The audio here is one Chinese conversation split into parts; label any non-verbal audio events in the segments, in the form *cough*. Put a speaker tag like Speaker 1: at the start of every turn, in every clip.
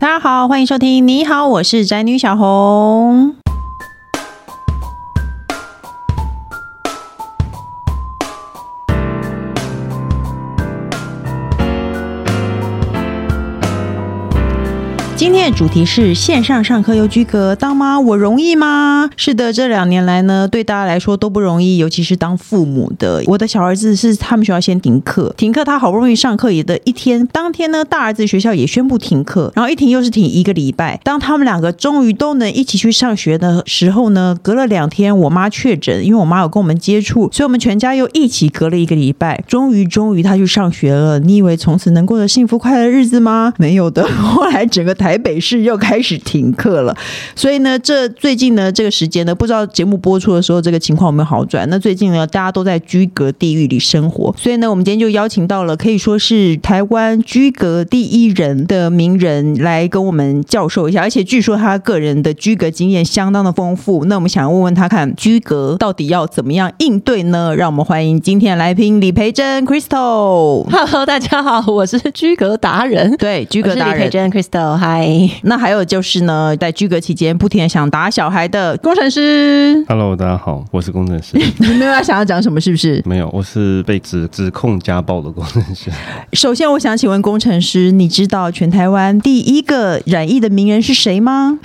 Speaker 1: 大家好，欢迎收听。你好，我是宅女小红。今天的主题是线上上课又居隔，当妈我容易吗？是的，这两年来呢，对大家来说都不容易，尤其是当父母的。我的小儿子是他们学校先停课，停课他好不容易上课也的一天，当天呢，大儿子学校也宣布停课，然后一停又是停一个礼拜。当他们两个终于都能一起去上学的时候呢，隔了两天，我妈确诊，因为我妈有跟我们接触，所以我们全家又一起隔了一个礼拜。终于，终于他去上学了。你以为从此能过着幸福快乐的日子吗？没有的。 *laughs* 后来整个台北市又开始停课了。所以呢，这最近呢，这个时间呢，不知道节目播出的时候这个情况有没有好转。那最近呢，大家都在居隔地狱里生活，所以呢，我们今天就邀请到了可以说是台湾居隔第一人的名人来跟我们教授一下，而且据说他个人的居隔经验相当的丰富。那我们想问问他看，居隔到底要怎么样应对呢？让我们欢迎今天的来宾李培珍 Crystal。
Speaker 2: *laughs* Hello，大家好，我是居格达人，
Speaker 1: 对，居隔达
Speaker 2: 我是李
Speaker 1: 人
Speaker 2: 佩。珍 Crystal，嗨，
Speaker 1: 那还有就是呢，在居隔期间不停的想打小孩的工程师，
Speaker 3: Hello，大家好，我是工程师。
Speaker 1: 你没有要想要讲什么是不是？
Speaker 3: 没有，我是被指指控家暴的工程师。
Speaker 1: 首先，我想请问工程师，你知道全台湾第一个染疫的名人是谁吗？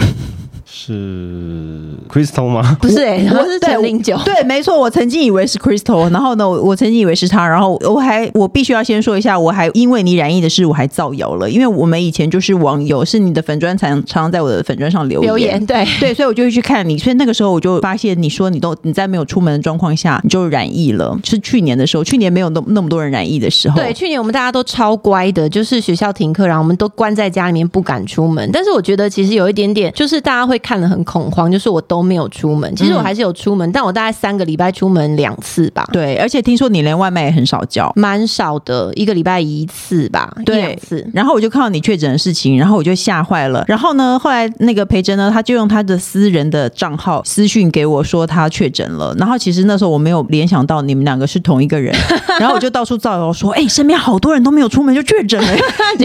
Speaker 3: 是 Crystal 吗？
Speaker 2: 不是哎、欸，
Speaker 1: 我
Speaker 2: 我是陈零九，
Speaker 1: 对，没错，我曾经以为是 Crystal，然后呢，我我曾经以为是他，然后我还我必须要先说一下，我还因为你染疫的事，我还造谣了，因为我们以前就是网友，是你的粉砖常常常在我的粉砖上留言。
Speaker 2: 留言哦对。
Speaker 1: 对，所以我就会去看你，所以那个时候我就发现，你说你都你在没有出门的状况下，你就染疫了，是去年的时候，去年没有那那么多人染疫的时候，
Speaker 2: 对，去年我们大家都超乖的，就是学校停课，然后我们都关在家里面不敢出门。但是我觉得其实有一点点，就是大家会看得很恐慌，就是我都没有出门。其实我还是有出门，但我大概三个礼拜出门两次吧，
Speaker 1: 对，而且听说你连外卖也很少叫，
Speaker 2: 蛮少的，一个礼拜一次吧，一
Speaker 1: 对
Speaker 2: 两 *laughs* 次。
Speaker 1: 然后我就看到你确诊的事情，然后我就吓坏了。然后呢，后来那个培珍呢，他就用他的私人的账号私讯给我说他确诊了。然后其实那时候我没有联想到你们两个是同一个人， *laughs* 然后我就到处造谣说，哎、身边好多人都没有出门就确诊 *laughs* 了，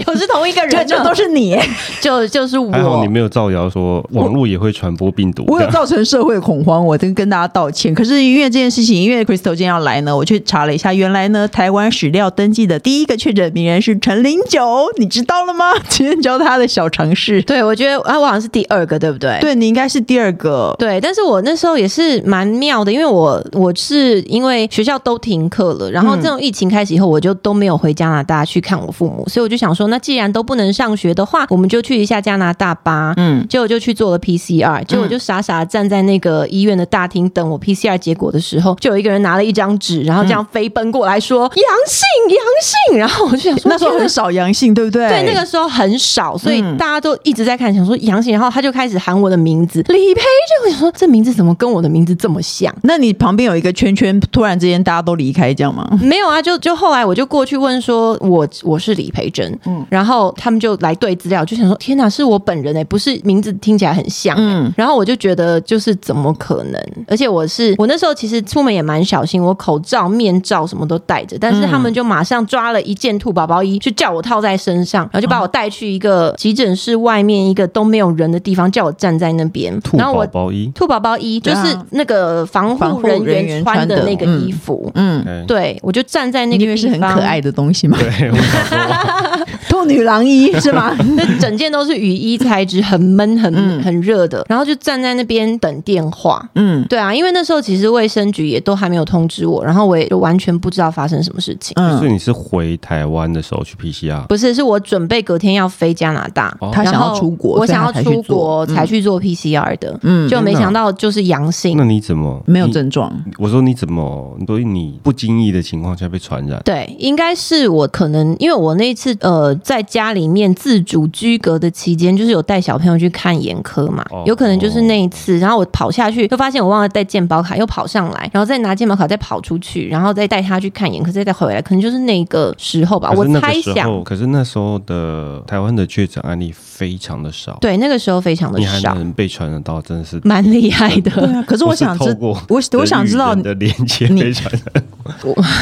Speaker 2: 我是同一个
Speaker 1: 这
Speaker 2: 人，
Speaker 1: 这都是你，
Speaker 2: *laughs* 就就是我。
Speaker 3: 还好你没有造谣说网络也会传播病毒。
Speaker 1: *laughs* 我
Speaker 3: 这
Speaker 1: 有
Speaker 3: 样
Speaker 1: 造成社会恐慌，我真跟大家道歉。可是因为这件事情，因为 Crystal 今天要来呢，我去查了一下，原来呢，台湾史料登记的第一个确诊名人是陈零九，你知道了吗？ *laughs* 今天教他的小常识。
Speaker 2: 对，我觉得啊，我好像是第二个，对不对？
Speaker 1: 对你应该是第二个，
Speaker 2: 对，但是我那时候也是蛮妙的，因为我我是因为学校都停课了，然后这种疫情开始以后，我就都没有回加拿大去看我父母，所以我就想说，那既然都不能上学的话，我们就去一下加拿大吧。
Speaker 1: 嗯，
Speaker 2: 结果就去做了 PCR，结果我就傻傻站在那个医院的大厅等我 PCR 结果的时候，就有一个人拿了一张纸，然后这样飞奔过来说阳性阳性，然后我就想说
Speaker 1: 嗯那时候
Speaker 2: 天哪
Speaker 1: 很少阳性，对不对？
Speaker 2: 对，那个时候很少，所以大家都一直在看，想说杨醒，然后他就开始喊我的名字李培正，我想说这名字怎么跟我的名字这么像？
Speaker 1: 那你旁边有一个圈圈，突然之间大家都离开，这样吗？
Speaker 2: 没有啊，就就后来我就过去问说，我我是李培珍，嗯，然后他们就来对资料，就想说天哪，是我本人哎、不是名字听起来很像、嗯，然后我就觉得就是怎么可能？而且我是我那时候其实出门也蛮小心，我口罩、面罩什么都戴着，但是他们就马上抓了一件兔宝宝衣，就叫我套在身上，然后就把我带去一个急诊室外面一个都没有人的地方，叫我站在那边，
Speaker 3: 兔
Speaker 2: 然后
Speaker 3: 宝
Speaker 2: 我。
Speaker 3: 宝一，
Speaker 2: 兔宝宝衣就
Speaker 1: 对啊
Speaker 2: 是那个防
Speaker 1: 防
Speaker 2: 护
Speaker 1: 护
Speaker 2: 人
Speaker 1: 人员
Speaker 2: 员穿的
Speaker 1: 穿的
Speaker 2: 那个
Speaker 1: 嗯
Speaker 2: 衣服，
Speaker 1: 嗯，
Speaker 3: 哎
Speaker 2: 对，我就站在那
Speaker 1: 你以
Speaker 2: 个
Speaker 1: 为是
Speaker 2: 地
Speaker 1: 很
Speaker 2: 方， *laughs*
Speaker 1: 可爱的东西吗？
Speaker 3: 对，我想说哇
Speaker 1: *laughs* 兔女郎 *laughs* 衣是吗？
Speaker 2: 就整件都是雨衣材质，很闷、很、很热的。然后就站在那边等电话。
Speaker 1: 嗯
Speaker 2: 对啊，因为那时候其实卫生局也都还没有通知我，然后我也就完全不知道发生什么事情。
Speaker 3: 所
Speaker 1: 嗯，
Speaker 3: 以你是回台湾的时候去 PCR，
Speaker 2: 不是，是我准备隔天要飞加拿大，
Speaker 3: 哦
Speaker 1: 他想
Speaker 2: 然
Speaker 1: 要
Speaker 2: 后
Speaker 1: 出国，
Speaker 2: 我
Speaker 1: 所以
Speaker 2: 想
Speaker 1: 他
Speaker 2: 要
Speaker 1: 才去
Speaker 2: 出
Speaker 1: 做
Speaker 2: 国才去做 PCR 的，
Speaker 1: 嗯
Speaker 2: 就没
Speaker 3: 天哪
Speaker 2: 想到就是阳性。
Speaker 3: 那你怎么
Speaker 1: 没有？
Speaker 3: 你
Speaker 1: 症状。
Speaker 3: 我说你怎么？所以你不经意的情况下被传染，
Speaker 2: 对，应该是我可能因为我那一次呃在家里面自主居隔的期间，就是有带小朋友去看眼科嘛，
Speaker 3: 哦
Speaker 2: 有可能就是那一次，然后我跑下去就发现我忘了带健保卡，又跑上来，然后再拿健保卡再跑出去，然后再带他去看眼科，再带回来，可能就是那个时候吧，
Speaker 3: 可
Speaker 2: 啊我
Speaker 3: 是那
Speaker 2: 猜
Speaker 3: 个时
Speaker 2: 想
Speaker 3: 候，。可是那时候的台湾的确诊案例非常的少，
Speaker 2: 对，那个时候非常的
Speaker 3: 你还
Speaker 2: 少，
Speaker 3: 能被传染到，真的是
Speaker 2: 蛮厉害
Speaker 1: 对
Speaker 2: 的。
Speaker 1: 啊，可是我想
Speaker 3: 不是
Speaker 1: 知
Speaker 3: 透过
Speaker 1: 我我想知道
Speaker 3: 人与人的连接
Speaker 1: 你
Speaker 2: *laughs*
Speaker 3: 被传染。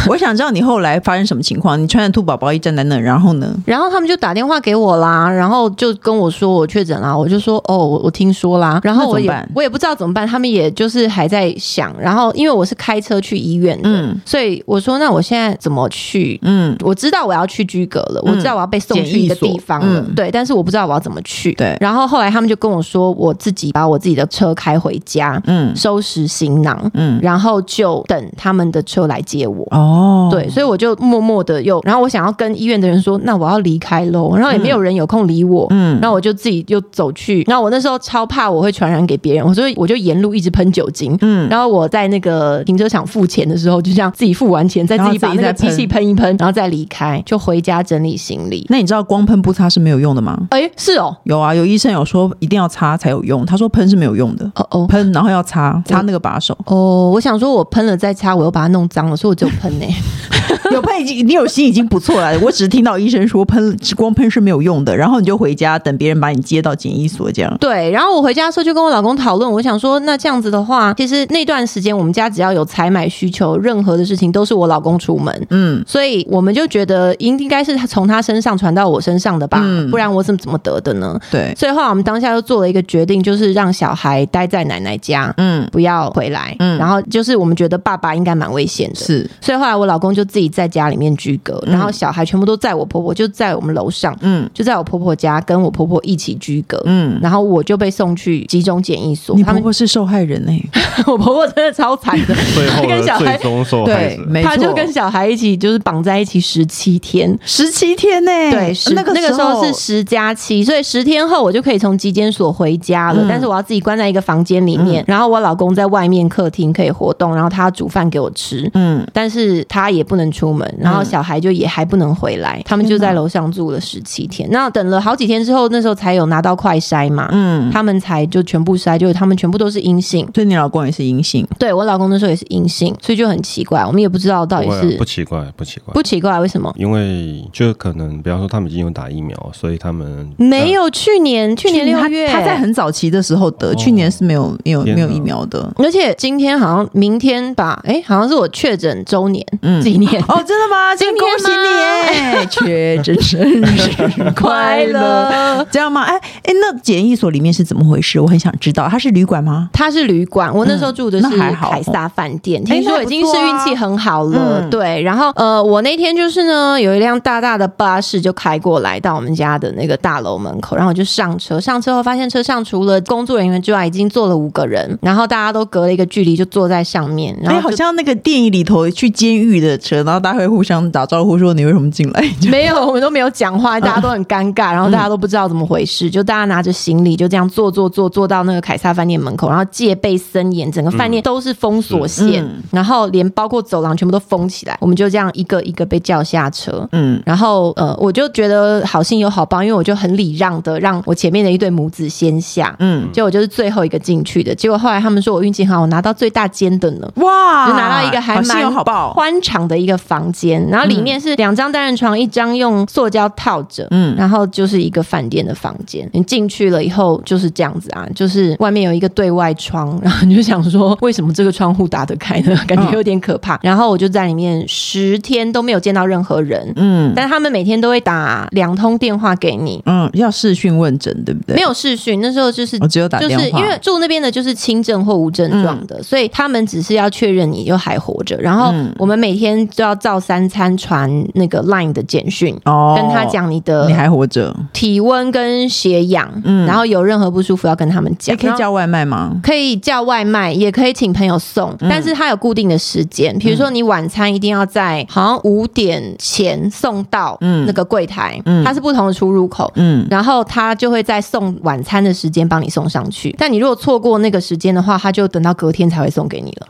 Speaker 1: 我想知道你后来发生什么情况？你穿着兔宝宝衣站在那，然后呢？
Speaker 2: 然后他们就打电话给我啦，然后就跟我说我确诊啦，我就说哦，我我听说啦，然后我
Speaker 1: 那怎么
Speaker 2: 也
Speaker 1: 办
Speaker 2: 我也不知道怎么办，他们也就是还在想，然后因为我是开车去医院的，
Speaker 1: 嗯
Speaker 2: 所以我说那我现在怎么去？
Speaker 1: 嗯，
Speaker 2: 我知道我要去居格了，
Speaker 1: 嗯
Speaker 2: 我知道我要被送去一个地方
Speaker 1: 检疫
Speaker 2: 了，
Speaker 1: 所嗯
Speaker 2: 对，但是我不知道我要怎么去。
Speaker 1: 对
Speaker 2: 然后后来他们就跟我说，我自己把我自己的车开回家，
Speaker 1: 嗯
Speaker 2: 收拾行囊，
Speaker 1: 嗯，
Speaker 2: 然后就等他们的车来接我。
Speaker 1: 哦，
Speaker 2: 对，所以我就默默的又，然后我想要跟医院的人说，那我要离开喽，然后也没有人有空理我，
Speaker 1: 嗯，
Speaker 2: 然后我就自己又走去，然后我那时候超怕我会传染给别人，所以我就沿路一直喷酒精，
Speaker 1: 嗯
Speaker 2: 嗯，然后我在那个停车场付钱的时候，就这样自己付完钱，再自己把那个机器喷一喷，然后再离开，就回家整理行李。
Speaker 1: 那你知道光喷不擦是没有用的吗？
Speaker 2: 哎，是哦，
Speaker 1: 有啊，有医生有说一定要擦才有用，他说喷是没有用的，
Speaker 2: 哦哦。。
Speaker 1: 喷然后要擦擦那个把手
Speaker 2: 哦，我想说，我喷了再擦，我又把它弄脏了，所以我就喷欸呢、
Speaker 1: *laughs* 有喷已经你有心已经不错了，我只是听到医生说喷光喷是没有用的，然后你就回家等别人把你接到检疫所这样。
Speaker 2: 对，然后我回家的时候就跟我老公讨论，我想说，那这样子的话，其实那段时间我们家只要有采买需求，任何的事情都是我老公出门。
Speaker 1: 嗯，
Speaker 2: 所以我们就觉得应应该是他从他身上传到我身上的吧，
Speaker 1: 嗯
Speaker 2: 不然我怎么怎么得的呢？
Speaker 1: 对，
Speaker 2: 所以后来我们当下就做了一个决定，就是让小孩待在奶奶家，
Speaker 1: 嗯
Speaker 2: 不要回来。
Speaker 1: 嗯
Speaker 2: 然后就是我们觉得爸爸应该蛮危险的，
Speaker 1: 是，
Speaker 2: 所以后来我老公就自己在家里面居隔，然后小孩全部都在我婆婆，就在我们楼上，
Speaker 1: 嗯
Speaker 2: 就在我婆婆家跟我婆婆一起居隔。
Speaker 1: 嗯，
Speaker 2: 然后我就被送去集中检疫所
Speaker 1: 你，
Speaker 2: 他
Speaker 1: 婆
Speaker 2: 们
Speaker 1: 婆是受害人哎、
Speaker 2: *laughs* 我婆婆真的超惨的，
Speaker 3: *laughs* 最后
Speaker 2: 她跟
Speaker 3: 的
Speaker 2: 小
Speaker 3: 最
Speaker 2: 孩
Speaker 3: 终受害
Speaker 1: 对，
Speaker 3: 者。
Speaker 1: 没错，
Speaker 2: 她就跟小孩一起就是绑在一起十七天，
Speaker 1: 十七天呢、呃
Speaker 2: 对，十
Speaker 1: 哎那个
Speaker 2: 那个时候是十加七，所以十天后我就可以从集检所回家了。
Speaker 1: 嗯
Speaker 2: 但是我要自己关在一个房间里面，然后我老公在外面客厅可以活动，然后他煮饭给我吃。
Speaker 1: 嗯，
Speaker 2: 但是他也不能出门，然后小孩就也还不能回来，他们就在楼上住了十七天。那等了好几天之后，那时候才有拿到快筛嘛，
Speaker 1: 嗯
Speaker 2: 他们才就全部筛，就他们全部都是阴性。
Speaker 1: 所以你老公也是阴性，
Speaker 2: 对我老公那时候也是阴性，所以就很奇怪，我们也不知道到底
Speaker 3: 不会啊
Speaker 2: 是
Speaker 3: 不奇怪，不奇怪，
Speaker 2: 不奇怪为什么。
Speaker 3: 因为就可能，比方说他们已经有打疫苗，所以他们
Speaker 2: 没有去年，去年六
Speaker 1: 嗯他
Speaker 2: 月
Speaker 1: 他在很早期的时候得，
Speaker 3: 哦
Speaker 1: 去年是没有没有
Speaker 3: 天
Speaker 1: 没
Speaker 3: 哪
Speaker 1: 有疫苗的，
Speaker 2: 而且今天好像明天吧，哎、好像是我确诊周年
Speaker 1: 嗯
Speaker 2: 纪念。 *laughs*
Speaker 1: 哦，真的吗？
Speaker 2: 今
Speaker 1: 真
Speaker 2: 天
Speaker 1: 恭喜你哎， *laughs* 确诊生日 *laughs* 快乐，！ *laughs* 这样吗？哎哎，那检疫所里面是怎么回事？我很想知道，它是旅馆吗？
Speaker 2: 它是旅馆，我那时候住的
Speaker 1: 嗯
Speaker 2: 是
Speaker 1: 那还好
Speaker 2: 凯撒饭店，
Speaker 1: 哎
Speaker 2: 听说已经是运气很好
Speaker 1: 那还不错
Speaker 2: 了。
Speaker 1: 啊嗯
Speaker 2: 对，然后呃，我那天就是呢，有一辆大大的巴士就开过来到我们家的那个大楼门口，然后我就上车，上车后发现车上除了工作人员之外，已经坐了五个人，然后大家都隔了一个距离就坐在上面，然
Speaker 1: 哎，
Speaker 2: 后
Speaker 1: 好
Speaker 2: 就
Speaker 1: 像那个电影里头去监狱的车，然后大家会互相打招呼说你为什么进来？ *laughs* 就
Speaker 2: 没有，我们都没有讲话，
Speaker 1: 嗯
Speaker 2: 大家都很尴尬，然后大家都不知道怎么回事，就大家拿着行李就这样坐坐坐坐到那个凯撒饭店门口，然后戒备森严，整个饭店都是封锁线，
Speaker 1: 嗯
Speaker 2: 然后连包括走廊全部都封起来，我们就这样一个一个被叫下车。
Speaker 1: 嗯，
Speaker 2: 然后，呃，我就觉得好心有好报，因为我就很礼让的让我前面的一对母子先下，
Speaker 1: 嗯
Speaker 2: 嗯，结果我就是最后一个进去的。结果后来他们说我运气很好，我拿到最大间的呢，
Speaker 1: 哇，
Speaker 2: 就拿到一个还
Speaker 1: 好心有
Speaker 2: 蛮
Speaker 1: 好报，
Speaker 2: 宽敞的一个房间，然后里面是两张单人床，一张用塑胶套着，
Speaker 1: 嗯
Speaker 2: 嗯，然后就是一个饭店的房间。你进去了以后就是这样子啊，就是外面有一个对外窗，然后你就想说为什么这个窗户打得开呢？感觉有点可怕。然后我就在里面十天都没有见到任何人，
Speaker 1: 嗯
Speaker 2: 但他们每天都会打两通电话给你，
Speaker 1: 嗯，要视讯问诊对不对？
Speaker 2: 没有视讯，那时候就是
Speaker 1: 我只有打
Speaker 2: 就
Speaker 1: 电话，
Speaker 2: 是因为住那边的就是轻症或无症状的，所以他们只是要确认你又还活着。然后
Speaker 1: 嗯
Speaker 2: 我们每天都要照三餐传那个 LINE 的简讯，
Speaker 1: 哦
Speaker 2: 跟他讲你的
Speaker 1: 你还活着，
Speaker 2: 体温跟血氧，
Speaker 1: 嗯
Speaker 2: 然后有任何不舒服要跟他们
Speaker 1: 也
Speaker 2: 讲。
Speaker 1: 哎可以
Speaker 2: 然后
Speaker 1: 叫外卖吗？
Speaker 2: 可以叫外卖，也可以请朋友送，
Speaker 1: 嗯
Speaker 2: 但是它有固定的时间，比如说你晚餐一定要在好像五点前送到
Speaker 1: 嗯
Speaker 2: 那个柜台，
Speaker 1: 嗯
Speaker 2: 它是不同的出入口，
Speaker 1: 嗯，
Speaker 2: 然后他就会在送晚餐的时间帮你送上去。但你如果错过那个时间的话，他就等到隔天才会送给你了。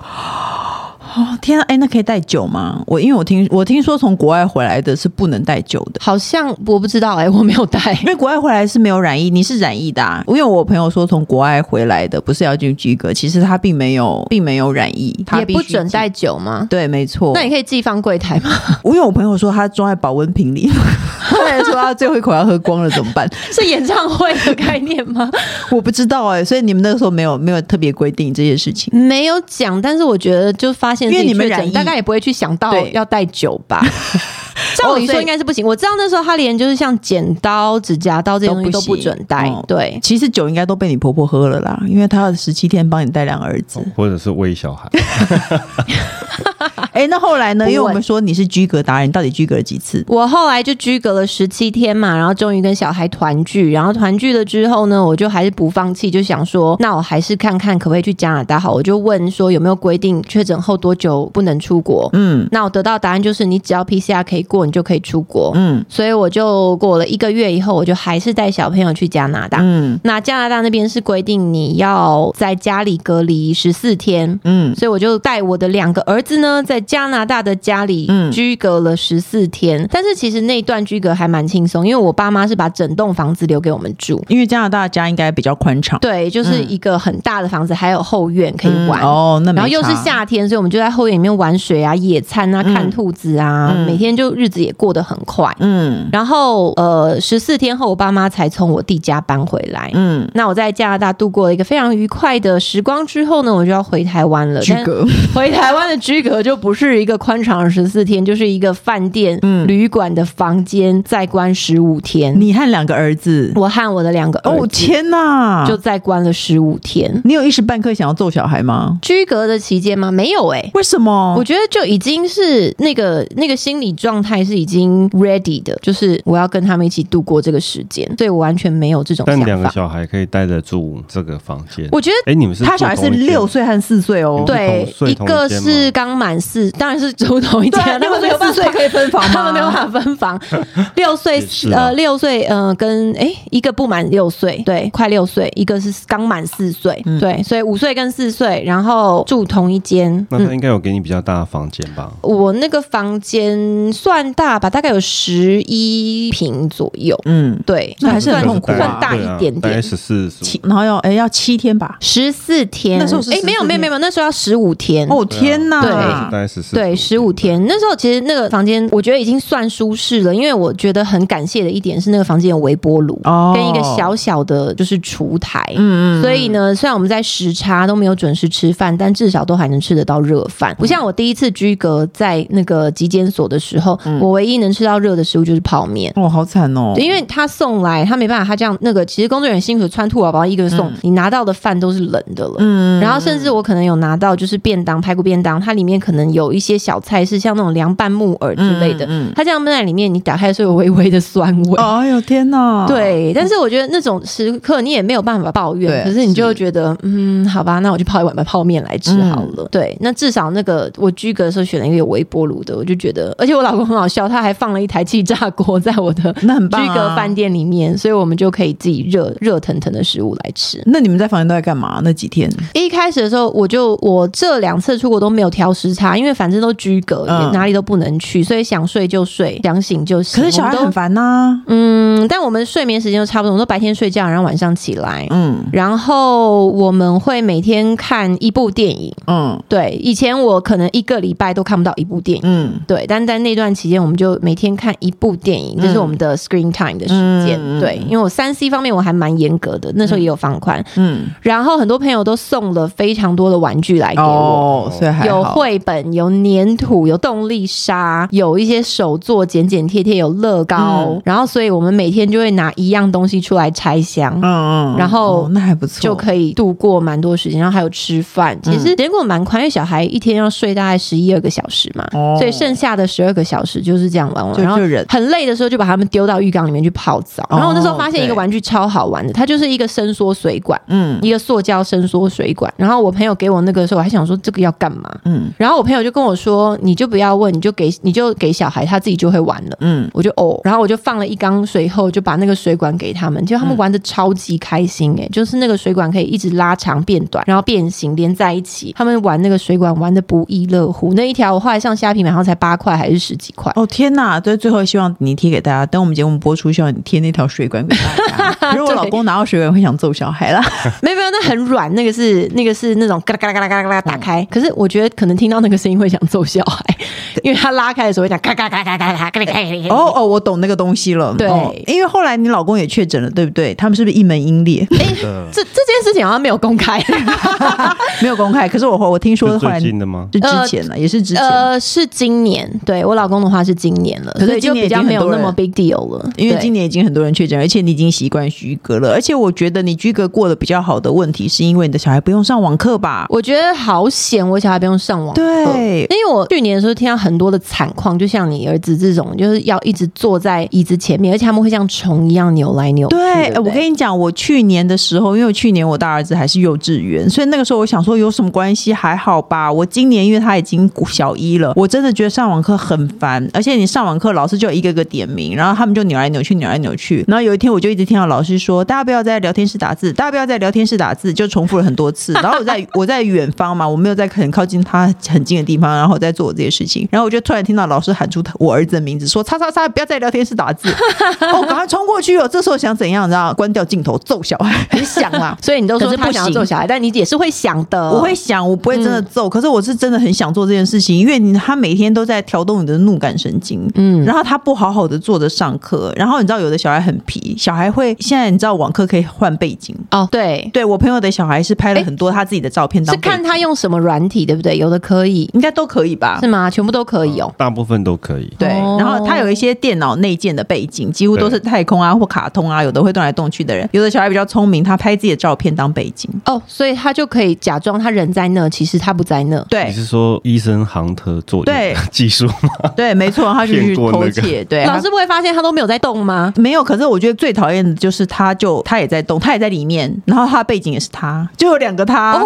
Speaker 1: 哦天啊，哎，那可以带酒吗？我因为我听我听说从国外回来的是不能带酒的，
Speaker 2: 好像我不知道哎、 *laughs* 我没有带。
Speaker 1: 因为国外回来是没有染疫，你是染疫的、啊。因为我朋友说从国外回来的不是要进居格，其实他并没有并没有染疫，他
Speaker 2: 也
Speaker 1: 必
Speaker 2: 不
Speaker 1: 须
Speaker 2: 准
Speaker 1: 进。
Speaker 2: 带酒吗？
Speaker 1: 对，没错。
Speaker 2: 那你可以寄放柜台吗？ *laughs*
Speaker 1: 因为我朋友说他装在保温瓶里，后来说啊他最后一口要喝光了怎么办？
Speaker 2: 是演唱会的概念 *laughs* 吗？
Speaker 1: 我欸不知道哎、所以你们那个时候没有没有特别规定这些事情。
Speaker 2: 没有讲，但是我觉得就发现现
Speaker 1: 因为
Speaker 2: 自己
Speaker 1: 你们
Speaker 2: 确诊
Speaker 1: 染疫
Speaker 2: 大概也不会去想到
Speaker 1: 对
Speaker 2: 要带酒吧。 *laughs* 哦照理说应该是不行，我知道那时候他连就是像剪刀、指甲刀这些东西
Speaker 1: 都
Speaker 2: 都
Speaker 1: 不
Speaker 2: 不
Speaker 1: 行
Speaker 2: 准带
Speaker 1: 哦，
Speaker 2: 对，
Speaker 1: 其实酒应该都被你婆婆喝了啦，因为她十七天帮你带两个儿
Speaker 2: *laughs*
Speaker 1: 子。
Speaker 3: 或者是喂小孩，
Speaker 1: 哎、那后来呢？
Speaker 2: 不
Speaker 1: 因为我
Speaker 2: 问
Speaker 1: 们说你是居格达人，你到底居格了几次？
Speaker 2: 我后来就居隔了十七天嘛，然后终于跟小孩团聚，然后团聚了之后呢，我就还是不放弃，就想说，那我还是看看可不可以去加拿大好。我就问说有没有规定确诊后多久不能出国？
Speaker 1: 嗯
Speaker 2: 那我得到答案就是，你只要 PCR 可以过，你就可以出国。
Speaker 1: 嗯
Speaker 2: 所以我就过了一个月以后，我就还是带小朋友去加拿大。
Speaker 1: 嗯
Speaker 2: 那加拿大那边是规定你要在家里隔离十四天，
Speaker 1: 嗯，
Speaker 2: 所以我就带我的两个儿子呢，在加拿大的家里
Speaker 1: 嗯
Speaker 2: 居隔了十四天。但是其实那一段居隔还蛮轻松，因为我爸妈是把整栋房子留给我们住，
Speaker 1: 因为加拿大家应该比较宽敞，
Speaker 2: 对，就是一个很大的房子，还有后院可以玩。
Speaker 1: 嗯哦，那没
Speaker 2: 然后又是
Speaker 1: 差，
Speaker 2: 夏天，所以我们就在后院里面玩水啊、野餐啊、
Speaker 1: 嗯
Speaker 2: 看兔子啊，
Speaker 1: 嗯
Speaker 2: 每天就日子也过得很快。
Speaker 1: 嗯
Speaker 2: 然后呃，十四天后，我爸妈才从我弟家搬回来。
Speaker 1: 嗯，
Speaker 2: 那我在加拿大度过了一个非常愉快的时光之后呢，我就要回台湾了。
Speaker 1: 居
Speaker 2: 但 *laughs*
Speaker 1: 格，
Speaker 2: 回台湾的居格就不是一个宽敞的十四天，就是一个饭店、
Speaker 1: 嗯
Speaker 2: 旅馆的房间再关十五天。
Speaker 1: 你和两个儿子，
Speaker 2: 我和我的两个儿
Speaker 1: 哦
Speaker 2: 子
Speaker 1: 天哪！
Speaker 2: 就
Speaker 1: 就
Speaker 2: 再关了十五天。
Speaker 1: 你有一时半刻想要揍小孩吗？
Speaker 2: 居格的期间吗？没有哎、
Speaker 1: 为什么？
Speaker 2: 我觉得就已经是那个那个心理状态是已经 ready 的，就是我要跟他们一起度过这个时间，对我完全没有这种
Speaker 3: 但两
Speaker 2: 想
Speaker 3: 个
Speaker 2: 法。
Speaker 3: 小孩可以待得住这个房间。
Speaker 2: 我觉得
Speaker 3: 哎，你们是
Speaker 1: 他小孩
Speaker 3: 住
Speaker 1: 是
Speaker 3: 同一间
Speaker 1: 六岁和四岁哦，
Speaker 3: 对
Speaker 2: 对，
Speaker 3: 同
Speaker 2: 一
Speaker 3: 睡同一
Speaker 2: 个
Speaker 3: 间吗
Speaker 2: 是刚满四，当然是住同一
Speaker 1: 对
Speaker 2: 间
Speaker 1: 啊，，
Speaker 2: 他
Speaker 1: 六
Speaker 2: 们没
Speaker 1: 岁
Speaker 2: 有办
Speaker 1: 四
Speaker 2: 法
Speaker 1: 岁可以分房吗？
Speaker 2: *laughs* 他们没有办法分房。 *laughs* 六岁
Speaker 3: 也是啊
Speaker 2: 呃，六岁呃，跟诶一个不满六岁，对，快六岁，一个是刚满四岁，
Speaker 1: 嗯
Speaker 2: 对，所以五岁跟四岁，然后住同一间。
Speaker 3: 那他应该有给你比较大的房间吧？
Speaker 2: 我那个房间算大吧，大概有十一平左右，
Speaker 1: 嗯，
Speaker 2: 对，
Speaker 1: 那还是很
Speaker 2: 算
Speaker 1: 痛苦啊
Speaker 2: 算大一点
Speaker 3: 大概
Speaker 2: 点。
Speaker 3: 十四十
Speaker 1: 七，然后要哎要七天吧？
Speaker 2: 十四天，
Speaker 1: 那时候是
Speaker 2: 诶没有
Speaker 1: 14
Speaker 2: 没有没有，那时候要十五天。
Speaker 3: 嗯
Speaker 1: 哦
Speaker 3: 啊
Speaker 1: 天
Speaker 2: 对啊
Speaker 1: 哪！
Speaker 3: 大概十四
Speaker 2: 对，十五天。那时候其实那个房间，我觉得已经算舒适了，因为我觉得很感谢的一点是那个房间有微波炉，
Speaker 1: 哦
Speaker 2: 跟一个小小的就是厨台。
Speaker 1: 嗯嗯，
Speaker 2: 所以呢，虽然我们在时差都没有准时吃饭，但至少都还能吃得到热饭。
Speaker 1: 嗯
Speaker 2: 不像我第一次居隔在那个集检所的时候，我唯一能吃到热的食物就是泡面。
Speaker 1: 哦好惨嗯哦，
Speaker 2: 对，因为他送来，他没办法，他这样那个，其实工作人员辛苦穿兔宝宝衣，一个送、你拿到的饭都是冷的了。
Speaker 1: 嗯
Speaker 2: 然后甚至我可能有拿到就是便当排骨便当，它里面可能有一些小菜是像那种凉拌木耳之类的，
Speaker 1: 嗯嗯
Speaker 2: 它这样闷在里面，你打开是有微微的酸味。
Speaker 1: 哦哎呦天哪！，
Speaker 2: 对，但是我觉得那种时刻你也没有办法抱
Speaker 1: 对
Speaker 2: 怨，可是你就会觉得，嗯，好吧，那我就泡一碗泡面来吃好了。
Speaker 1: 嗯
Speaker 2: 对，那至少那个我居格的时候选了一个有微波炉的，我就觉得，而且我老公很好笑，他还放了一台气炸锅在我的
Speaker 1: *laughs* 那很棒啊
Speaker 2: 居格饭店里面，所以我们就可以自己热热腾腾的食物来吃。
Speaker 1: 那你们在房间都在干嘛？那几天？
Speaker 2: 一开始的时候，我就我这两次出国都没有调时差，因为反正都居隔，
Speaker 1: 嗯
Speaker 2: 也哪里都不能去，所以想睡就睡，想醒就醒。
Speaker 1: 可是小孩
Speaker 2: 我
Speaker 1: 很
Speaker 2: 们都
Speaker 1: 烦呐。
Speaker 2: 嗯，但我们睡眠时间都差不多，我们都白天睡觉，然后晚上起来。
Speaker 1: 嗯
Speaker 2: 然后我们会每天看一部电影，
Speaker 1: 嗯
Speaker 2: 对，以前我可能一个礼拜都看不到一部电影，
Speaker 1: 嗯，
Speaker 2: 对，但在那段期间，我们就每天看一部电影，这是我们的 screen time 的时间，
Speaker 1: 嗯嗯嗯
Speaker 2: 对，因为我三 C 方面我还蛮严格的，那时候也有放宽，
Speaker 1: 嗯
Speaker 2: 然后很多朋友都送了非常多的玩具来给我。
Speaker 1: 哦，所以还好
Speaker 2: 有绘本，有粘土，有动力沙，有一些手作剪剪贴贴，有乐高。
Speaker 1: 嗯
Speaker 2: 然后，所以我们每天就会拿一样东西出来拆箱，
Speaker 1: 嗯嗯，
Speaker 2: 然后
Speaker 1: 哦那还不错，
Speaker 2: 就可以度过蛮多时间。然后还有吃饭，
Speaker 1: 嗯
Speaker 2: 其实结果蛮宽，因为小孩一天要睡大概十一二个小时嘛，
Speaker 1: 哦
Speaker 2: 所以剩下的十二个小时就是这样玩玩。
Speaker 1: 就
Speaker 2: 然后
Speaker 1: 就忍
Speaker 2: 很累的时候，就把他们丢到浴缸里面去泡澡。然后我那时候发现一个
Speaker 1: 对
Speaker 2: 玩具超好玩的，它就是一个伸缩水管。
Speaker 1: 嗯
Speaker 2: 一个塑胶伸缩水管，然后我朋友给我那个时候，我还想说这个要干嘛？
Speaker 1: 嗯
Speaker 2: 然后我朋友就跟我说，你就不要问，你就给你就给小孩，他自己就会玩了。
Speaker 1: 嗯，
Speaker 2: 我就哦，然后我就放了一缸水后，就把那个水管给他们，结果他们玩的超级开心
Speaker 1: 嗯
Speaker 2: 诶、就是那个水管可以一直拉长变短，然后变形连在一起，他们玩那个水管玩的不亦乐乎。那一条我后来上虾皮买，好像才八块还是十几块。
Speaker 1: 哦天哪！这最后希望你贴给大家，等我们节目播出，希望你贴那条水管给大
Speaker 2: *laughs*
Speaker 1: 家。如果我老公拿到水管，会想揍小孩啦。
Speaker 2: 没有没有，那很软，那个是那个是那种嘎啦嘎啦嘎啦嘎啦嘎啦打开。可是我觉得可能听到那个声音会想揍小孩，因为他拉开的时候会讲嘎嘎嘎嘎嘎嘎嘎嘎嘎。
Speaker 1: 哦哦，我懂那个东西了。
Speaker 2: 对 *laughs*
Speaker 3: 嗯
Speaker 1: 哦因为后来你老公也确诊了，对不对？他们是不是一门英烈？
Speaker 2: 这这件件事情好像没有公开，
Speaker 1: 没有公开，可是我我听说
Speaker 3: 是
Speaker 1: 后来
Speaker 3: 最
Speaker 1: 是
Speaker 3: 近的吗？
Speaker 1: 之前啊了，也是之前。
Speaker 2: 呃，是今年，对我老公的话是今年了，
Speaker 1: 可是
Speaker 2: 所以
Speaker 1: 今
Speaker 2: 就
Speaker 1: 年
Speaker 2: 比
Speaker 1: 已经
Speaker 2: 较没有
Speaker 1: 很多
Speaker 2: 那
Speaker 1: 人
Speaker 2: 么 big deal 了，
Speaker 1: 因为
Speaker 2: 对
Speaker 1: 今年已经很多人确诊，而且你已经习惯居隔了，而且我觉得你居隔过得比较好的问题，是因为你的小孩不用上网课吧？
Speaker 2: 我觉得好险，我小孩不用上网。
Speaker 1: 对
Speaker 2: 因为我去年的时候听到很多的惨况，就像你儿子这种，就是要一直坐在椅子前面，而且他们会像虫一样扭来扭去。
Speaker 1: 对，
Speaker 2: 对
Speaker 1: 哎
Speaker 2: 不对，。
Speaker 1: 我跟你讲，我去年的时候，因为我去年我大儿子还是幼稚园，所以那个时候我想说有什么关系，还好吧。我今年因为他已经小一了，我真的觉得上网课很烦，而且你上网课老师就一个个点名，然后他们就扭来扭去，扭来扭去。然后有一天我就一直听到老师说，大家不要在聊天室打字，大家不要在聊天室打字，就重复了很多次。然后我在 *laughs* 我在远方嘛，我没有在很靠近他很近的地方，然后我在做我这些事情，然后我就突然听到老师喊出他我儿子的名字，说叉叉叉，不要在聊天室打字。 *laughs* 哦，赶快冲过去哦！这时候想怎样？你知道，关掉镜头揍小孩，很想 *laughs* 啦
Speaker 2: 所以你都
Speaker 1: 可
Speaker 2: 说
Speaker 1: 是
Speaker 2: 他
Speaker 1: 不
Speaker 2: 想要
Speaker 1: 行
Speaker 2: 揍小孩，但你也是会想的。
Speaker 1: 我会想，我不会真的揍，可是我是真的很想做这件事情，因为你他每天都在调动你的怒感神经，嗯，然后他不好好的坐着上课，然后你知道有的小孩很皮，小孩会现在你知道网课可以换背景，
Speaker 2: 哦，对，
Speaker 1: 对我朋友的小孩是拍了很多他自己的照片当
Speaker 2: 是
Speaker 1: 背景，
Speaker 2: 看他用什么软体，对不对？有的可以
Speaker 1: 应该都可以吧
Speaker 2: 是？吗？全部都可以哦。
Speaker 3: 大部分都可以。
Speaker 1: 对，
Speaker 2: 哦
Speaker 1: 然后他有一些电脑内建的背景，几乎都是太空啊或卡通啊，有的会动来动去的人，有的小孩比较聪明，他拍自己的照片当背景，
Speaker 2: 哦，所以他就可以假装他人在那，其实他不在那。
Speaker 1: 对，
Speaker 3: 你是说医生行特做
Speaker 1: 对
Speaker 3: *laughs* 技术吗？
Speaker 1: 对，没错，他就去
Speaker 3: 骗过那
Speaker 1: 偷
Speaker 3: 个
Speaker 1: 窃。对，
Speaker 2: 老
Speaker 1: 他
Speaker 2: 师不会发现他都没有在动吗？
Speaker 1: 没有。可是我觉得最讨厌的就是，他就他也在动，他也在里面，然后他的背景也是他，就有两个他。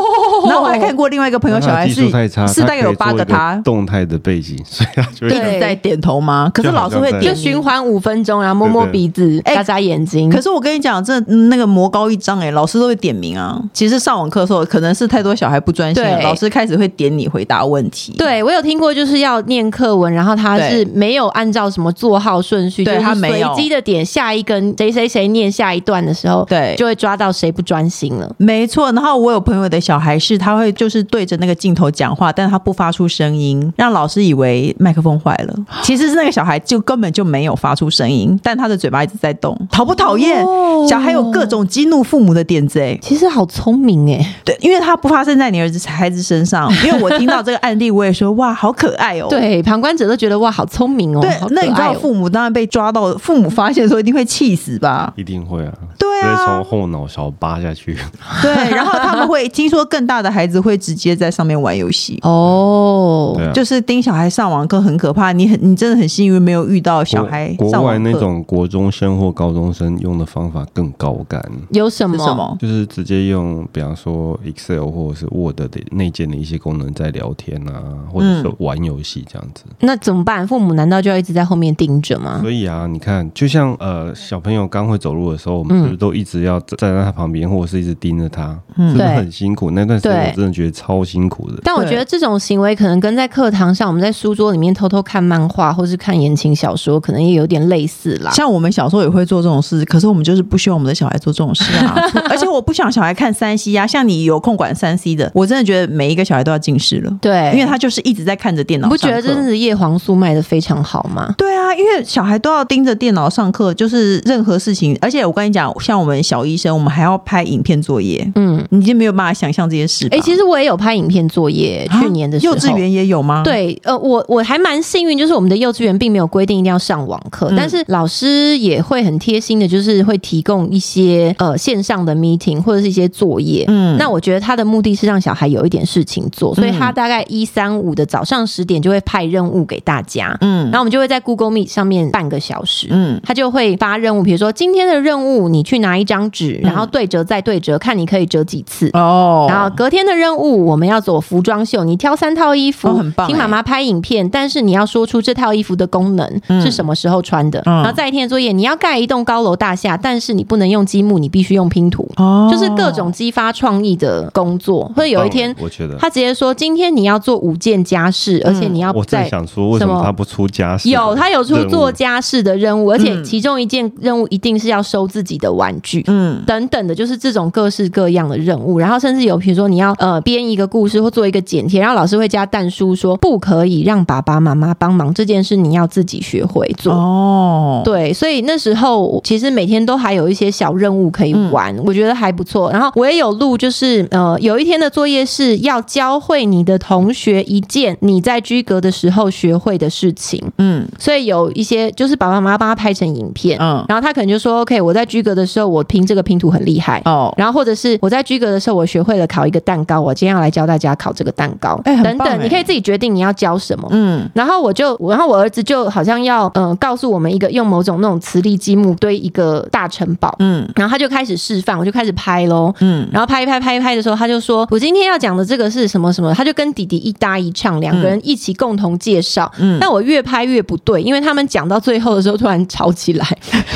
Speaker 1: 然后我还看过另外一个朋友小
Speaker 3: 那他
Speaker 1: 孩
Speaker 3: 技
Speaker 1: 是
Speaker 3: 术太差，
Speaker 1: 是
Speaker 3: 他
Speaker 1: 大概有
Speaker 3: 可以做
Speaker 1: 八个
Speaker 3: 一
Speaker 1: 他。
Speaker 3: 动态的背景，所以他就会
Speaker 1: 一
Speaker 2: 对
Speaker 3: 想
Speaker 1: 直在点头吗？可是
Speaker 3: 就好
Speaker 1: 老师会
Speaker 3: 像在
Speaker 2: 就
Speaker 1: 点
Speaker 2: 循。环五分钟，然后摸摸
Speaker 3: 对对
Speaker 2: 鼻子，
Speaker 1: 哎
Speaker 2: 眨眨眼睛。
Speaker 1: 可是我跟你讲，这那个魔高一丈哎、老师都会点名啊。其实上网课的时候，可能是太多小孩不专心了，
Speaker 2: 对
Speaker 1: 老师开始会点你回答问题。
Speaker 2: 对，我有听过，就是要念课文，然后他是没有按照什么座号顺序，
Speaker 1: 对
Speaker 2: 就是
Speaker 1: 他没有
Speaker 2: 随机的点下一根谁谁谁念下一段的时候，
Speaker 1: 对
Speaker 2: 就会抓到谁不专心了。
Speaker 1: 没错，然后我有朋友的小孩是，他会就是对着那个镜头讲话，但他不发出声音，让老师以为麦克风坏
Speaker 2: *gasps*
Speaker 1: 了。其实是那个小孩就根本就没有发出声音，但他的嘴巴一直在动，讨不讨厌？
Speaker 2: 哦
Speaker 1: 小孩有各种激怒父母的点子、欸，
Speaker 2: 其实好聪明哎、
Speaker 1: 对，因为他不发生在你儿子孩子身
Speaker 2: *laughs*
Speaker 1: 上，因为我听到这个案例，我也说哇，好可爱哦、。
Speaker 2: 对，旁观者都觉得哇，好聪明哦、
Speaker 1: 对
Speaker 2: 好，可
Speaker 1: 那你知
Speaker 2: 爱
Speaker 1: 道
Speaker 2: 哦
Speaker 1: 父母当然被抓到，父母发现的时候一定会气死吧？
Speaker 3: 一定会啊，
Speaker 1: 对啊
Speaker 3: 直接从后脑勺扒下去。
Speaker 1: 对，然后他们会听说更大的孩子会直接在上面玩游戏。
Speaker 2: 哦
Speaker 3: 对啊，
Speaker 1: 就是盯小孩上网课很可怕，你很你真的很幸运没有遇到小孩
Speaker 3: 国国
Speaker 1: 上
Speaker 3: 外
Speaker 1: 网
Speaker 3: 那
Speaker 1: 课。
Speaker 3: 种国中生或高中生用的方法更高干，
Speaker 2: 有什
Speaker 1: 是
Speaker 2: 么？
Speaker 1: 什么？
Speaker 3: 就是直接用，比方说 Excel 或者是 Word 的内建的一些功能在聊天啊，或者
Speaker 1: 嗯
Speaker 3: 是玩游戏这样子。
Speaker 2: 那怎么办？父母难道就要一直在后面盯着吗？
Speaker 3: 所以啊，你看，就像呃小朋友刚会走路的时候，
Speaker 1: 嗯
Speaker 3: 我们是不是都一直要站站在他旁边，或者是一直盯着他，
Speaker 1: 嗯
Speaker 3: 是不是
Speaker 2: 对
Speaker 3: 很辛苦？那段时间
Speaker 2: 对
Speaker 3: 我真的觉得超辛苦的。
Speaker 2: 但我觉得这种行为可能跟在课堂上，我们在书桌里面偷偷看漫画或是看言情小说，可能也有点类似啦。
Speaker 1: 像我们小时候也会做这种事，可是我们就是不希望我们的小孩做这种事
Speaker 3: *laughs*
Speaker 1: 啊。而且我不想小孩看三 C 啊，像你有空管三 C 的，我真的觉得每一个小孩都要近视了，
Speaker 2: 对，
Speaker 1: 因为他就是一直在看着电脑
Speaker 2: 你不
Speaker 1: 上课。
Speaker 2: 觉得真的是叶黄素卖的非常好吗？
Speaker 1: 对啊，因为小孩都要盯着电脑上课，就是任何事情。而且我跟你讲，像我们小医生，我们还要拍影片作业，
Speaker 2: 嗯，
Speaker 1: 你已经没有办法想象这些事吧。
Speaker 2: 哎、其实我也有拍影片作业，
Speaker 1: 啊
Speaker 2: 去年的时候。
Speaker 1: 幼稚园也有吗？。
Speaker 2: 对，呃，我我还蛮幸运，就是我们的幼稚园并没有规定一定要上网课，但是老师也会很贴心的，就是会提供一些呃线上的 meeting 或者是一些作业。嗯，那我觉得他的目的是让小孩有一点事情做，所以他大概一三五的早上十点就会派任务给大家。嗯，然后我们就会在 Google Meet 上面半个小时。
Speaker 1: 嗯
Speaker 2: 嗯，他就会发任务，比如说今天的任务，你去拿一张纸，然后对折再对折，看你可以折几次。
Speaker 1: 哦，
Speaker 2: 然后隔天的任务，我们要走服装秀，你挑三套衣服，
Speaker 1: 哦很棒
Speaker 2: 请妈妈拍影片，但是你要说出这套衣服的功能、是什么时候穿的。
Speaker 1: 嗯
Speaker 2: 然后再一天的作业，你要盖一栋高楼大厦，但是你不能用积木，你必须用拼图，
Speaker 1: 哦
Speaker 2: 就是各种激发创意的工作。或者有一天
Speaker 1: 哦
Speaker 3: 棒，我觉得
Speaker 2: 他直接说，今天你要做五件家事，
Speaker 1: 嗯
Speaker 2: 而且你要
Speaker 3: 我
Speaker 2: 在
Speaker 3: 正想说，为什
Speaker 2: 什
Speaker 3: 么
Speaker 2: 么
Speaker 3: 他不出家事？
Speaker 2: 有，他有出做
Speaker 3: 做
Speaker 2: 家事的任务，而且其中一件任务一定是要收自己的玩玩具，
Speaker 1: 嗯
Speaker 2: 等等的，就是这种各式各样的任务，然后甚至有比如说你要呃编一个故事或做一个剪贴，然后老师会加弹书说不可以让爸爸妈妈帮忙这件事，你要自己学会做。
Speaker 1: 哦，
Speaker 2: 对，所以那时候其实每天都还有一些小任务可以玩，
Speaker 1: 嗯
Speaker 2: 我觉得还不错。然后我也有录，就是呃，有一天的作业是要教会你的同学一件你在居格的时候学会的事情，
Speaker 1: 嗯
Speaker 2: 所以有一些就是爸爸妈妈帮他拍成影片，
Speaker 1: 嗯
Speaker 2: 然后他可能就说：“OK，我在居格的时候，我拼这个拼图很厉害。”
Speaker 1: 哦，
Speaker 2: 然后或者是我在居格的时候，我学会了烤一个蛋糕，我今天要来教大家烤这个蛋糕，
Speaker 1: 哎很棒
Speaker 2: 等等，
Speaker 1: 哎
Speaker 2: 你可以自己决定你要教什么。
Speaker 1: 嗯
Speaker 2: 然后我就，然后我儿子就好像要，嗯、告诉我们一个用某种那种磁力积木堆一个大城堡，
Speaker 1: 嗯
Speaker 2: 然后他就开始示范，我就开始拍喽。
Speaker 1: 嗯
Speaker 2: 然后拍一拍拍一拍的时候，他就说：“我今天要讲的这个是什么什么？”他就跟弟弟一搭一唱，两个人一起共同介绍。
Speaker 1: 嗯
Speaker 2: 但我越拍越不对，因为他们讲到最后的时候突然吵
Speaker 1: *laughs*
Speaker 2: 起来，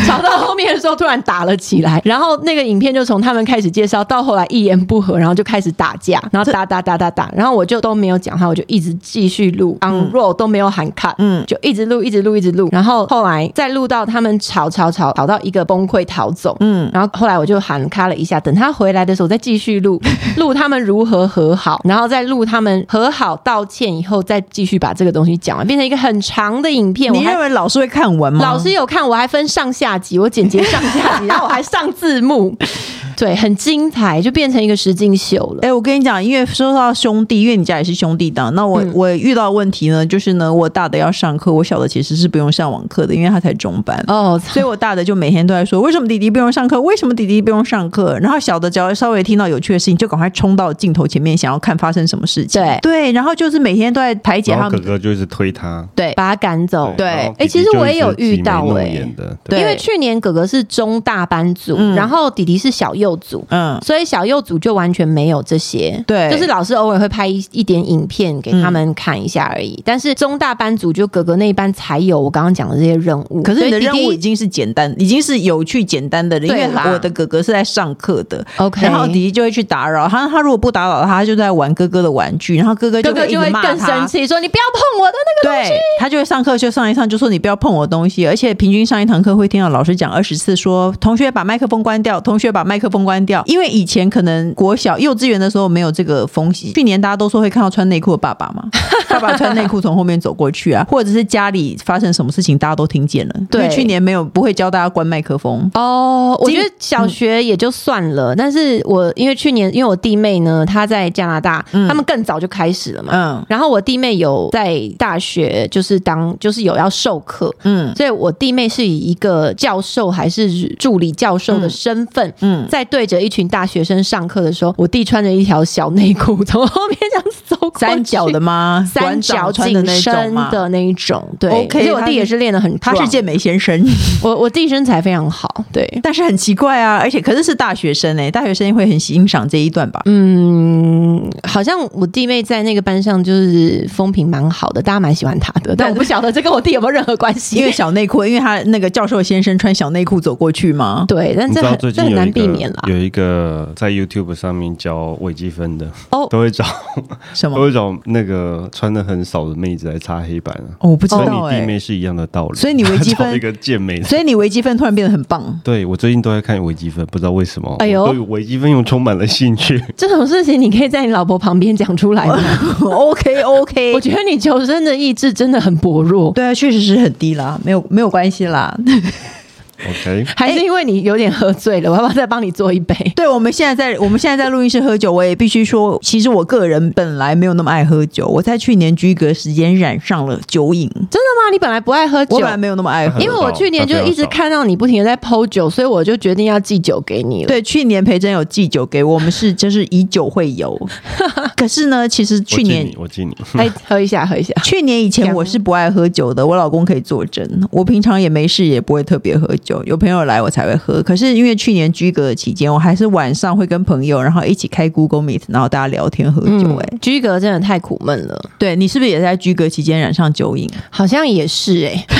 Speaker 2: 吵到后面的时候突然打了起来，然后那个影片就从他们开始介绍到后来一言不合，然后就开始打架，然后打打打打打，然后我就都没有讲话，我就一直继续录 on roll 都没有喊 cut，
Speaker 1: 嗯
Speaker 2: 就一直录一直录一直录，然后后来再录到他们吵吵吵吵到一个崩溃逃走，
Speaker 1: 嗯，
Speaker 2: 然后后来我就喊咔了一下，等他回来的时候再继续
Speaker 1: *laughs*
Speaker 2: 录，录他们如何和好，然后再录他们和好道歉以后，再继续把这个东西讲完，变成一个很长的影片。我
Speaker 1: 你认
Speaker 2: 还
Speaker 1: 为老师会看文吗？
Speaker 2: 老师有看，我还分上下集，我剪辑上下
Speaker 1: *laughs*
Speaker 2: 集，然后我还上字幕，对，很精彩，就变成一个实境秀了。
Speaker 1: 哎、我跟你讲，因为说到兄弟，因为你家也是兄弟档，那我、
Speaker 2: 嗯
Speaker 1: 我遇到问题呢，就是呢，我大的要上课，我小的其实是不用上网课的，因为他才中班。
Speaker 2: 哦，
Speaker 1: 所以我大的就每天都在说，为什么弟弟不用上课？为什么弟弟不用上课？然后小的只要稍微听到有趣的事情，就赶快冲到镜头前面，想要看发生什么事情。
Speaker 2: 对
Speaker 1: 对，然后就是每天都在排解
Speaker 3: 然
Speaker 1: 他
Speaker 3: 后哥
Speaker 1: 们。
Speaker 3: 哥就一直推他。
Speaker 2: 对，把他赶走。
Speaker 1: 对
Speaker 3: 然后
Speaker 2: 哎其实
Speaker 3: 弟弟就
Speaker 2: 我也
Speaker 3: 一直
Speaker 2: 有遇
Speaker 3: 挤眉
Speaker 2: 到
Speaker 3: 弄
Speaker 2: 哎
Speaker 3: 眼的，
Speaker 1: 对
Speaker 2: 因为去年哥哥是中大班组，
Speaker 1: 嗯
Speaker 2: 然后弟弟是小幼组，
Speaker 1: 嗯，
Speaker 2: 所以小幼组就完全没有这些，
Speaker 1: 对嗯
Speaker 2: 就是老师偶尔会拍一一点影片给他们看一下而已。但是中大班组就哥哥那一班才有我刚刚讲的这些任务，
Speaker 1: 可是你的
Speaker 2: 所以弟
Speaker 1: 任
Speaker 2: 弟
Speaker 1: 务已经是简单，已经是有趣简单的了，因为
Speaker 2: 对啦
Speaker 1: 我的哥哥是在上课的。
Speaker 2: OK，
Speaker 1: 然后弟弟就会去打扰他，他如果不打扰他，他就在玩哥哥的玩具，然后哥哥
Speaker 2: 哥
Speaker 1: 就
Speaker 2: 哥
Speaker 1: 一
Speaker 2: 就
Speaker 1: 直
Speaker 2: 会
Speaker 1: 骂
Speaker 2: 更
Speaker 1: 他
Speaker 2: 生。气，说你不要碰我的那个东西。
Speaker 1: 对，他就会上课就上一上，就说你不要碰我东西，而且平均上一堂课会听到老师讲二十次说，同学把麦克风关掉，同学把麦克风关掉，因为以前可能国小、幼稚园的时候没有这个风气，去年大家都说会看到穿内裤的爸爸嘛，爸爸穿内裤从后面走过去啊，或者是家里发生什么事情大家都听见了，因为
Speaker 2: 对
Speaker 1: 去年没有不会教大家关麦克风，
Speaker 2: 哦，我
Speaker 1: 今
Speaker 2: 觉得小
Speaker 1: 嗯
Speaker 2: 学也就算了，但是我因为去年因为我弟妹呢，她在加拿大，他们更早就开始了嘛。
Speaker 1: 嗯
Speaker 2: 然后我弟妹有在大学，就是当就是有要授课，
Speaker 1: 嗯
Speaker 2: 所以我弟妹是以一个教授还是助理教授的身份，
Speaker 1: 嗯，
Speaker 2: 在对着一群大学生上课的时候，我弟穿着一条小内裤从后面这样子走过去
Speaker 1: 三角的。吗？
Speaker 2: 三
Speaker 1: 馆
Speaker 2: 角
Speaker 1: 长穿
Speaker 2: 紧
Speaker 1: 的那种
Speaker 2: 身
Speaker 1: 吗？
Speaker 2: 的那一种，对
Speaker 1: OK，
Speaker 2: 而且我
Speaker 1: 他
Speaker 2: 弟
Speaker 1: 是
Speaker 2: 也是练得很
Speaker 1: 他
Speaker 2: 壮
Speaker 1: 是健美先生，
Speaker 2: 我我弟身材非常好，对，
Speaker 1: 但是很奇怪啊，而且可是是大学生哎、大学生会很欣赏这一段吧？
Speaker 2: 嗯，好像我弟妹在那个班上就是风评蛮好的，大家蛮喜欢她的，但我不晓得这跟我弟有没有任何关系。
Speaker 1: 因为小内裤，因为他那个教授先生穿小内裤走过去嘛。
Speaker 2: 对，但
Speaker 3: 你
Speaker 2: 这
Speaker 3: 知道
Speaker 2: 很
Speaker 3: 最
Speaker 2: 这
Speaker 3: 近
Speaker 2: 很
Speaker 3: 有
Speaker 2: 难
Speaker 3: 一
Speaker 2: 避免
Speaker 3: 个
Speaker 2: 啦。
Speaker 3: 有一个在 YouTube 上面教微积分的，
Speaker 2: 哦
Speaker 3: 都会找
Speaker 1: 什
Speaker 3: 都
Speaker 1: 么？
Speaker 3: 会找那个穿的很少的妹子来擦黑板啊。
Speaker 1: 哦，我不知
Speaker 3: 所以
Speaker 1: 道
Speaker 3: 你
Speaker 1: 哎、
Speaker 3: 弟妹是一样的道理，
Speaker 1: 所以
Speaker 3: *laughs*
Speaker 1: 你微积分
Speaker 3: 找一个健美的。
Speaker 1: 所以你微积分突然变得很棒。 *laughs*
Speaker 3: 对我最近都在看微积分，不知道为什么，
Speaker 2: 哎呦
Speaker 3: 我对微积分又充满了兴
Speaker 2: *laughs*
Speaker 3: 趣。
Speaker 2: 这种事情你可以在你老婆旁边讲出来吗？
Speaker 1: OK
Speaker 2: 我
Speaker 1: OK，
Speaker 2: 觉得你求生的意志真的很薄弱，
Speaker 1: 对啊，确实是很低啦，没有没有关系啦。 *laughs*
Speaker 3: OK，
Speaker 2: 还是因为你有点喝醉了？我要不要再帮你做一 *laughs* 杯？
Speaker 1: 对，我们现在在我们现在在录音室喝酒，我也必须说，其实我个人本来没有那么爱喝酒，我在去年居隔时间染上了酒瘾，
Speaker 2: 真的吗？你本来不爱喝酒
Speaker 1: 我本，来没有那么爱喝
Speaker 3: 很
Speaker 2: 因为我
Speaker 3: 少
Speaker 2: 去年
Speaker 3: 他
Speaker 2: 就
Speaker 3: 非常
Speaker 2: 一直
Speaker 3: 少
Speaker 2: 看到你不停的在剖酒，所以我就决定要寄酒给你了。
Speaker 1: 对，去年培真有寄酒给我，我们是就是以酒会友。 *laughs* 可是呢，其实去年
Speaker 3: 我记你，我记
Speaker 2: 哎，喝一下，喝一 *laughs* 下。
Speaker 1: 去年以前
Speaker 2: 讲
Speaker 1: 我是不爱喝酒的，我老公可以作证。我平常也没事，也不会特别喝酒，有朋友来我才会喝。可是因为去年居隔的期间，我还是晚上会跟朋友，然后一起开 Google Meet，然后大家聊天喝酒、欸。哎、
Speaker 2: 嗯，居格真的太苦闷了。
Speaker 1: 对你是不是也在居隔期间染上酒瘾？
Speaker 2: 好像也是哎、欸 *laughs*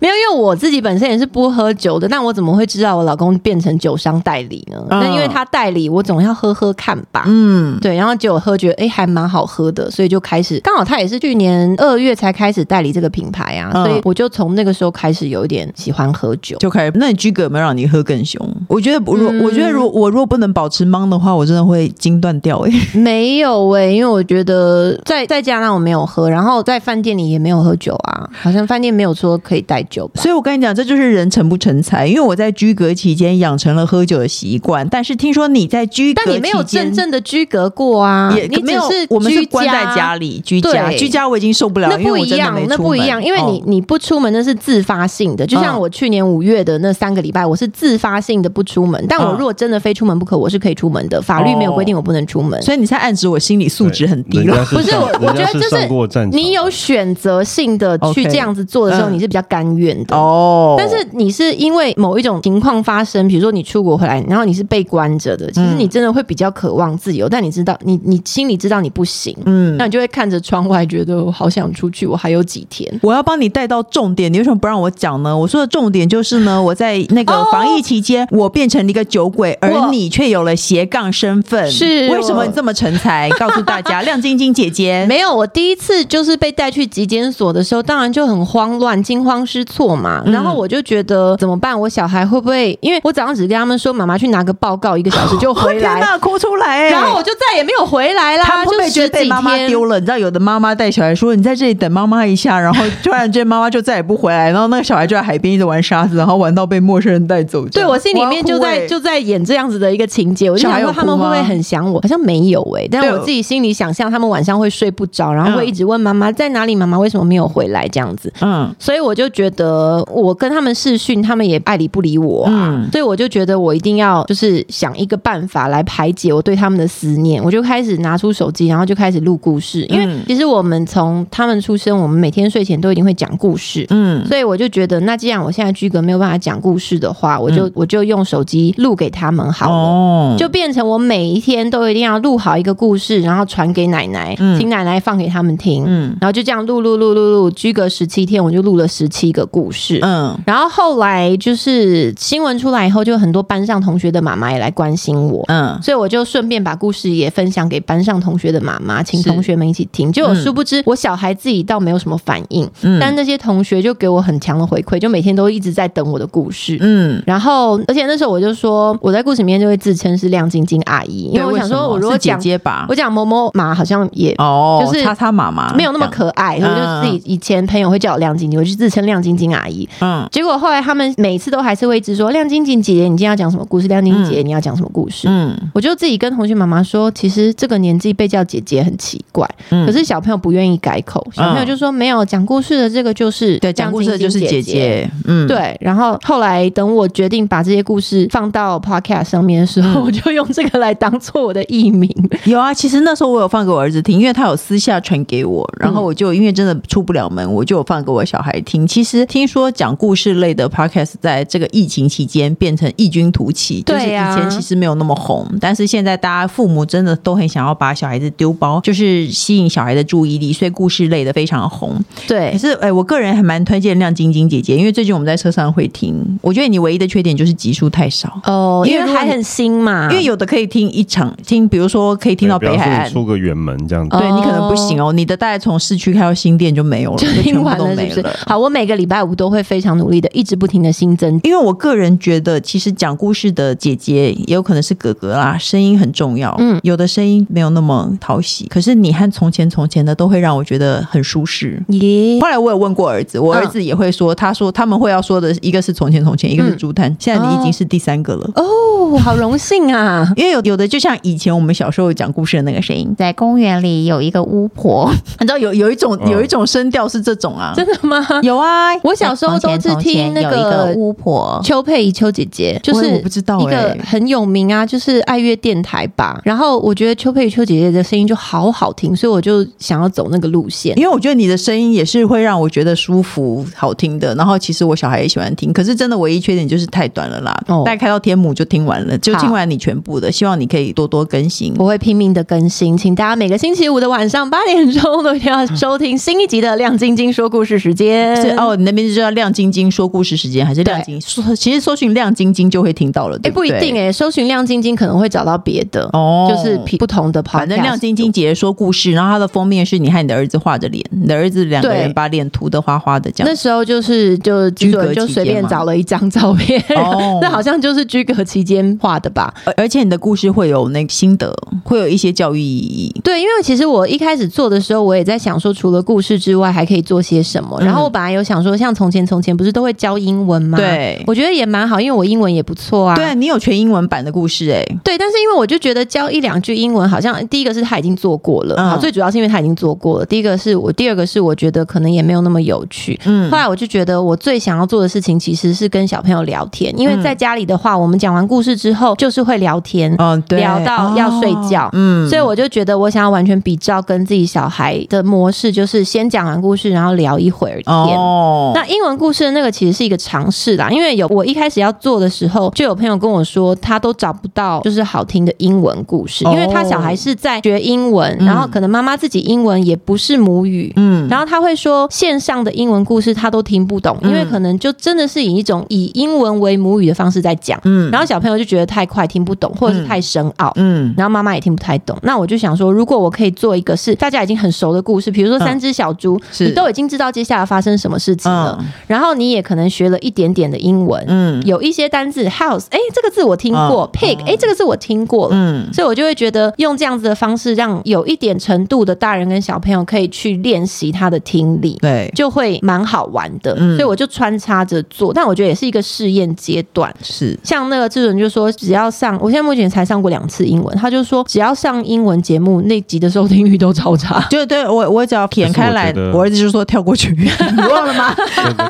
Speaker 2: 没有，因为我自己本身也是不喝酒的，那我怎么会知道我老公变成酒商代理呢？
Speaker 1: 嗯
Speaker 2: 那、因为他代理，我总要喝喝看吧。
Speaker 1: 嗯，
Speaker 2: 对，然后结果喝觉得哎、诶还蛮好喝的，所以就开始刚好他也是去年二月才开始代理这个品牌啊，
Speaker 1: 嗯
Speaker 2: 所以我就从那个时候开始有一点喜欢喝
Speaker 1: *laughs*
Speaker 2: 酒。
Speaker 1: 就开始。那你居哥有没有让你喝更凶？我觉得不，
Speaker 2: 嗯
Speaker 1: 如、我觉得如我如果不能保持忙的话，我真的会筋断掉、
Speaker 2: *laughs*
Speaker 1: 欸。
Speaker 2: 没有哎、因为我觉得在在家那我没有喝，然后在饭店里也没有喝酒啊，好像饭店没有说可以带酒吧。
Speaker 1: 所以我跟你讲，这就是人成不成才。因为我在居隔期间养成了喝酒的习惯，但是听说你在居隔期
Speaker 2: 但
Speaker 1: 间，
Speaker 2: 你没有真正的居隔过啊，
Speaker 1: 也
Speaker 2: 你只
Speaker 1: 没有，我们是关在家
Speaker 2: 里。
Speaker 1: 里居家，
Speaker 2: 对
Speaker 1: 居家我已经受不了，
Speaker 2: 那
Speaker 1: 因
Speaker 2: 不
Speaker 1: 为我
Speaker 2: 一
Speaker 1: 真的
Speaker 2: 样
Speaker 1: 没，
Speaker 2: 那
Speaker 1: 出
Speaker 2: 不一
Speaker 1: 门
Speaker 2: 样，因为你、
Speaker 1: 哦
Speaker 2: 你不出门那是自发性的，就像
Speaker 1: 嗯
Speaker 2: 我去年五月的那三个礼拜，我是自发性的不出门。但我
Speaker 1: 嗯
Speaker 2: 如果真的非出门不可，我是可以出门的，法律没有规定我不能出门。
Speaker 1: 哦所以你在暗指我心理素质很低
Speaker 3: 人家
Speaker 1: 了。
Speaker 3: 是
Speaker 2: 不是
Speaker 3: 上
Speaker 2: 我
Speaker 3: 人
Speaker 2: 我
Speaker 3: 家
Speaker 2: 觉得就是
Speaker 3: 上过战场
Speaker 2: 你有选择性的去
Speaker 1: OK，
Speaker 2: 这样子做的时候，
Speaker 1: 嗯
Speaker 2: 你是比较甘愿
Speaker 1: *laughs*
Speaker 2: 的。
Speaker 1: 哦，
Speaker 2: 但是你是因为某一种情况发生，比如说你出国回来，然后你是被关着的，其
Speaker 1: 嗯
Speaker 2: 实你真的会比较渴望自由，但你知道，你你心里知道你不行，
Speaker 1: 嗯
Speaker 2: 嗯，那你就会看着窗外，觉得我好想出去，我还有几天。
Speaker 1: 我要帮你带到重点，你为什么不让我讲呢？我说的重点就是
Speaker 2: *laughs*
Speaker 1: 呢，我在那个防疫期间，我变成了一个酒鬼，而
Speaker 2: 哦我
Speaker 1: 你却有了斜杠身份，
Speaker 2: 是
Speaker 1: 为什么
Speaker 2: 我
Speaker 1: 你这么成
Speaker 2: *laughs*
Speaker 1: 才？告诉大家，亮晶晶姐姐，
Speaker 2: 没有，我第一次就是被带去集检所的时候，当然就很慌乱、惊慌失措嘛。
Speaker 1: 嗯
Speaker 2: 然后我就觉得怎么办？我小孩会不会？因为我早上只跟他们说妈妈去拿个报告，一个小时就回
Speaker 1: 天
Speaker 2: 来，
Speaker 1: 哪，哭出来、欸！
Speaker 2: 然后我就再也没有回来
Speaker 1: 他
Speaker 2: 啦，
Speaker 1: 们会
Speaker 2: 就
Speaker 1: 不会
Speaker 2: 十
Speaker 1: 觉得被
Speaker 2: 几
Speaker 1: 妈妈
Speaker 2: 天
Speaker 1: 丢了？你知道，有的妈妈带小孩说：“你在这里等妈妈一下。”然后突然间妈妈就再也不回来，然后那个小孩就在海边一直玩沙子，然后玩到被陌生人带走。这
Speaker 2: 对
Speaker 1: 样
Speaker 2: 我心里面就
Speaker 1: 我要
Speaker 2: 在
Speaker 1: 哭欸
Speaker 2: 就在演这样子的一个情节，我就
Speaker 1: 小孩
Speaker 2: 想
Speaker 1: 有
Speaker 2: 说他们
Speaker 1: 哭
Speaker 2: 会
Speaker 1: 吗
Speaker 2: 不会很想我？好像没有哎、但
Speaker 1: 对
Speaker 2: 我自己心里想象他们晚上会睡不着，然后会
Speaker 1: 嗯
Speaker 2: 一直问妈妈在哪里，妈妈为什么没有回来这样子。
Speaker 1: 嗯
Speaker 2: 所以我就觉得，我跟他们视讯，他们也爱理不理我啊。
Speaker 1: 嗯
Speaker 2: 所以我就觉得，我一定要就是想一个办法来排解我对他们的思念。我就开始拿出手机，然后就开始录故事。因为
Speaker 1: 嗯
Speaker 2: 其实我们从他们出生，我们每天睡前都一定会讲故事。
Speaker 1: 嗯
Speaker 2: 所以我就觉得，那既然我现在居格没有办法讲故事的话，我就、我就用手机录给他们好
Speaker 1: 嗯
Speaker 2: 了。
Speaker 1: 哦
Speaker 2: 就变成我每一天都一定要录好一个故事，然后传给奶奶，
Speaker 1: 嗯
Speaker 2: 请奶奶放给他们听，
Speaker 1: 嗯
Speaker 2: 然后就这样录录录录录，居隔十七天，我就录了十七个故事。
Speaker 1: 嗯
Speaker 2: 然后后来就是新闻出来以后，就很多班上同学的妈妈也来关心我，
Speaker 1: 嗯
Speaker 2: 所以我就顺便把故事也分享给班上同学的妈妈，请同学们一起听。结果殊不知，我小孩自己倒没有什么反应，
Speaker 1: 嗯
Speaker 2: 但那些同学就给我很强的回馈，就每天都一直在等我的故事。
Speaker 1: 嗯，
Speaker 2: 然后，而且那时候我就说，我在故事里面就会自称是亮晶晶阿姨，因为我想
Speaker 1: 对
Speaker 2: 说，
Speaker 1: 什么
Speaker 2: 我如果
Speaker 1: 是姐
Speaker 2: 讲
Speaker 1: 姐吧
Speaker 2: 我，讲某某妈，好像也
Speaker 1: 哦，
Speaker 2: 就是
Speaker 1: 擦擦妈妈，
Speaker 2: 没有那么
Speaker 1: 这样
Speaker 2: 可爱，我就自己
Speaker 1: 啊
Speaker 2: 以前朋友会叫我亮晶晶，我就自称亮晶晶阿姨。
Speaker 1: 嗯
Speaker 2: 结果后来他们每次都还是会一直说亮晶晶姐姐，你今天要讲什么故事？亮晶晶姐姐，你要讲什么故事？
Speaker 1: 嗯
Speaker 2: 我就自己跟同学妈妈说，其实这个年纪被叫姐姐很奇怪，
Speaker 1: 嗯
Speaker 2: 可是小朋友不愿意改口，小朋友就说没有讲故事的这个就是
Speaker 1: 对，讲故事的就是
Speaker 2: 亮
Speaker 1: 姐
Speaker 2: 晶晶姐。
Speaker 1: 姐，嗯，
Speaker 2: 对，然后后来等我决定把这些故事放到 podcast 上面的时
Speaker 1: 嗯
Speaker 2: 候，我就用这个来当做我的艺名。
Speaker 1: 有啊，其实那时候我有放给我儿子听，因为他有私下传给我，然后我就因为真的出不了门，我就有放给我小孩听。其实听说讲故事类的 podcast 在这个疫情期间变成异军突起，就是以
Speaker 2: 对呀
Speaker 1: 前其实没有那么红，但是现在大家父母真的都很想要把小孩子丢包，就是吸引小孩的注意力，所以故事类的非常红。可
Speaker 2: 对，
Speaker 1: 是，哎、我个人还蛮推荐亮晶晶姐姐，因为最近我们在车上会听。我觉得你唯一的缺点就是集数太少。
Speaker 2: 哦，
Speaker 1: 因
Speaker 2: 因
Speaker 1: 为如
Speaker 2: 为
Speaker 1: 果
Speaker 2: 还
Speaker 1: 你
Speaker 2: 很新嘛，
Speaker 1: 因为有的可以听一场，听比如说可以听到
Speaker 3: 对
Speaker 1: 北
Speaker 3: 比方
Speaker 1: 海
Speaker 3: 说
Speaker 1: 岸
Speaker 3: 你，出个远门这
Speaker 2: *laughs*
Speaker 3: 样子，
Speaker 2: 哦
Speaker 1: 对你可能不行哦，你的大概从市区开到新店就没有了，
Speaker 2: 就
Speaker 1: 就全
Speaker 2: 听
Speaker 1: 部
Speaker 2: 完
Speaker 1: 都
Speaker 2: 了，是
Speaker 1: 没
Speaker 2: 不是？好，我每个礼拜五都会非常努力的，一直不停的新增。
Speaker 1: 因为我个人觉得，其实讲故事的姐姐也有可能是哥哥啦，声音很重要。嗯
Speaker 2: 嗯，
Speaker 1: 有的声音没有那么讨喜，可是你和从前从前的都会让我觉得很舒适。
Speaker 2: 耶
Speaker 1: 后来我有问过儿子，我儿
Speaker 2: 嗯
Speaker 1: 子也会说，他说他们会要说的一个是从前从前，一个是朱
Speaker 2: 嗯
Speaker 1: 丹，现在你已经是第三个了。
Speaker 2: 哦，好荣幸啊！
Speaker 1: 因为有有的就像以前我们小时候讲故事的那个声音，
Speaker 4: 在公园里有一个巫婆，
Speaker 1: 你知道有有一种
Speaker 3: 嗯
Speaker 1: 有一种声调是这种啊，
Speaker 2: 哦真的吗？
Speaker 1: 有啊，
Speaker 2: 我小时候都是
Speaker 4: 从前
Speaker 2: 听
Speaker 4: 从前
Speaker 2: 那
Speaker 4: 有一个
Speaker 2: 个
Speaker 4: 巫婆，
Speaker 2: 邱佩仪邱姐姐，就
Speaker 1: 我
Speaker 2: 是
Speaker 1: 我不知道
Speaker 2: 一个
Speaker 1: 欸
Speaker 2: 很有名啊，就是爱乐电台吧。然后我觉得邱佩仪邱姐姐的声音就好好听，所以我就想要走那个路线
Speaker 1: 因。为我觉得你的声音也是会让我觉得舒服、好听的。然后其实我小孩也喜欢听，可是真的唯一缺点就是太短了啦。
Speaker 2: 哦
Speaker 1: 大概开到天母就听完了，就
Speaker 2: 好
Speaker 1: 听完你全部的。希望你可以多多更新。
Speaker 2: 我会拼命的更新，请大家每个星期五的晚上八点钟都一定要收听新一集的《亮晶晶说故事时间》。
Speaker 1: 是哦，你的边就叫亮晶晶说故事时间，还是亮晶？说其实搜寻亮晶晶就会听到了，
Speaker 2: 哎、
Speaker 1: 对
Speaker 2: 不一
Speaker 1: 对
Speaker 2: 定哎、搜寻亮晶晶可能会找到别的，
Speaker 1: 哦
Speaker 2: 就是比不同的 podcast。
Speaker 1: 反正亮晶晶姐姐说故事，然后她的封面是你和你的儿子画着脸，你的儿子两个
Speaker 2: 对
Speaker 1: 人把脸涂的花花的这
Speaker 2: 那
Speaker 1: 样。
Speaker 2: 时候就是就
Speaker 1: 居
Speaker 2: 制
Speaker 1: 隔
Speaker 2: 作人就
Speaker 1: 期
Speaker 2: 随
Speaker 1: 间
Speaker 2: 便
Speaker 1: 吗
Speaker 2: 找了一张照片，
Speaker 1: 哦
Speaker 2: *laughs* 那好像就是居隔期间画的吧？
Speaker 1: 而而且你的故事会有那个心得，会有一些教育意义。
Speaker 2: 对，因为其实我一开始做的时候，我也在想说，除了故事之外，还可以做些什么。
Speaker 1: 嗯
Speaker 2: 然后我本来有想说，像从前从前不是都会教英文吗？
Speaker 1: 对
Speaker 2: 我觉得也蛮好，因为我英文也不错啊。
Speaker 1: 对啊，你有全英文版的故事哎、
Speaker 2: 对，但是因为我就觉得教一两句英文，好像第一个是他已经做过了，
Speaker 1: 嗯
Speaker 2: 好，最主要是因为他已经做过了。第一个是我，第二个是我觉得可能也没有那么有趣。
Speaker 1: 嗯
Speaker 2: 后来我就觉得，我最想要做的事情其实是跟小朋友聊天，因为在家里的话，我们讲完故事之后就是会聊天，
Speaker 1: 嗯，对，
Speaker 2: 聊到要睡觉
Speaker 1: 哦嗯，
Speaker 2: 所以我就觉得我想要完全比照跟自己小孩的模式，就是先讲完故事，然后聊一会儿天。
Speaker 1: 哦，
Speaker 2: 那英文故事的那个其实是一个尝试啦，因为有我一开始要做的时候，就有朋友跟我说，他都找不到就是好听的英文故事，
Speaker 1: 哦
Speaker 2: 因为他小孩是在学英文，
Speaker 1: 嗯
Speaker 2: 然后可能妈妈自己英文也不是母语。
Speaker 1: 嗯，
Speaker 2: 然后他会说线上的英文故事他都听不懂，因为
Speaker 1: 嗯
Speaker 2: 可能就真的是以一种以英文为母语的方式在讲，
Speaker 1: 嗯
Speaker 2: 然后小朋友就觉得太快听不懂，或者是太深奥，
Speaker 1: 嗯
Speaker 2: 然后妈妈也听不太懂。那我就想说，如果我可以做一个是大家已经很熟的故事，比如说三只小猪，
Speaker 1: 嗯是
Speaker 2: 你都已经知道接下来发生什么事情了，
Speaker 1: 嗯
Speaker 2: 然后你也可能学了一点点的英文，
Speaker 1: 嗯
Speaker 2: 有一些单字 house，哎，这个字我听过、
Speaker 1: 嗯
Speaker 2: p i g 哎，这个字我听过了。
Speaker 1: 嗯，
Speaker 2: 所以我就会觉得用这样子的方式，让有一点程度的大人跟小朋友可以去练习他的听力，
Speaker 1: 对，
Speaker 2: 就会蛮好玩的。
Speaker 1: 嗯
Speaker 2: 所以我就穿插着做，但我觉得也是一个试验阶段。
Speaker 1: 是
Speaker 2: 像那个制作人就说，只要上，我现在目前才上过两次英文，他就说只要上英文节目，那集的收听率都超差。 *laughs*
Speaker 1: 就对我我只要舔开来，
Speaker 3: 可是我觉
Speaker 1: 我
Speaker 3: 得
Speaker 1: 儿子就说跳过去，你忘了
Speaker 2: *laughs*
Speaker 1: 吗？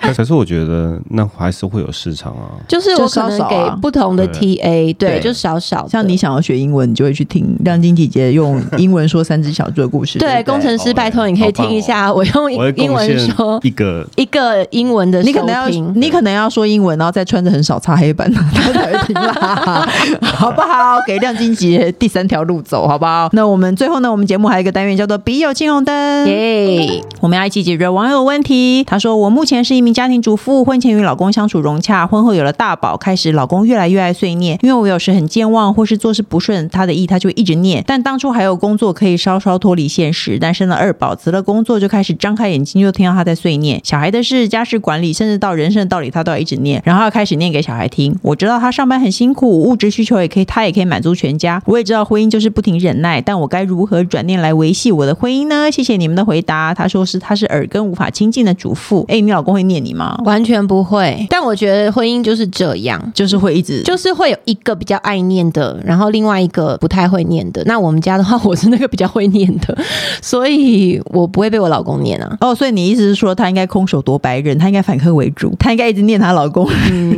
Speaker 3: 可可是我觉得那还是会有市场啊。
Speaker 2: 就是我可
Speaker 1: 就少
Speaker 2: 能
Speaker 1: 少啊
Speaker 2: 给不同的
Speaker 3: 对
Speaker 2: TA，对，
Speaker 1: 对
Speaker 2: 就少少的
Speaker 1: 像你想要学英文，你就会去听亮晶姐姐用英文说三只小猪的故事。
Speaker 2: 对
Speaker 1: 对不对，
Speaker 2: 工程师，
Speaker 3: 哦
Speaker 2: 拜托你可以听一下，我用
Speaker 3: 我会
Speaker 2: 英
Speaker 3: 贡
Speaker 2: 文
Speaker 3: 献
Speaker 2: 说
Speaker 3: 一个
Speaker 2: 一个英文的收
Speaker 1: 你
Speaker 2: 听。
Speaker 1: 可能要你可能要说英文，然后再穿着很少擦黑板， *laughs* 他才会听啦，好不好？给亮晶姐第三条路走，好不好？那我们最后呢，我们节目还有一个单元叫做“笔友青红灯”，
Speaker 2: 耶，
Speaker 1: 我们要一起解决网友的问题。他说：“我目前是一名家庭主妇，婚前与老公相处融洽，婚后有了大宝，开始老公越来越爱碎念，因为我有时很健忘或是做事不顺他的意，他就一直念。但当初还有工作可以稍稍脱离现实，但生了二宝，辞了工作就开始张开眼睛就听到他在碎念小孩的事、家事管理，甚至到人生的道理，他都要一直念，然后要开始念给小孩听。我知道他上班很辛苦，物质需求也可以，他也可以满足全家。我也知道婚姻就是不停忍耐，但我该如何转念来维系我的婚姻呢？谢谢你们的回答。他说是他是耳根无法亲近的主妇。哎，你老公会念你吗？
Speaker 2: 完全不会。但我觉得婚姻就是这样。
Speaker 1: 就是会一直
Speaker 2: 就是会有一个比较爱念的，然后另外一个不太会念的。那我们家的话，我是那个比较会念的， *laughs* 所以我不会被我老公念啊。
Speaker 1: 哦，所以你意思是说他应该空手夺白刃，他应该反客为主，他应该一直念她老公，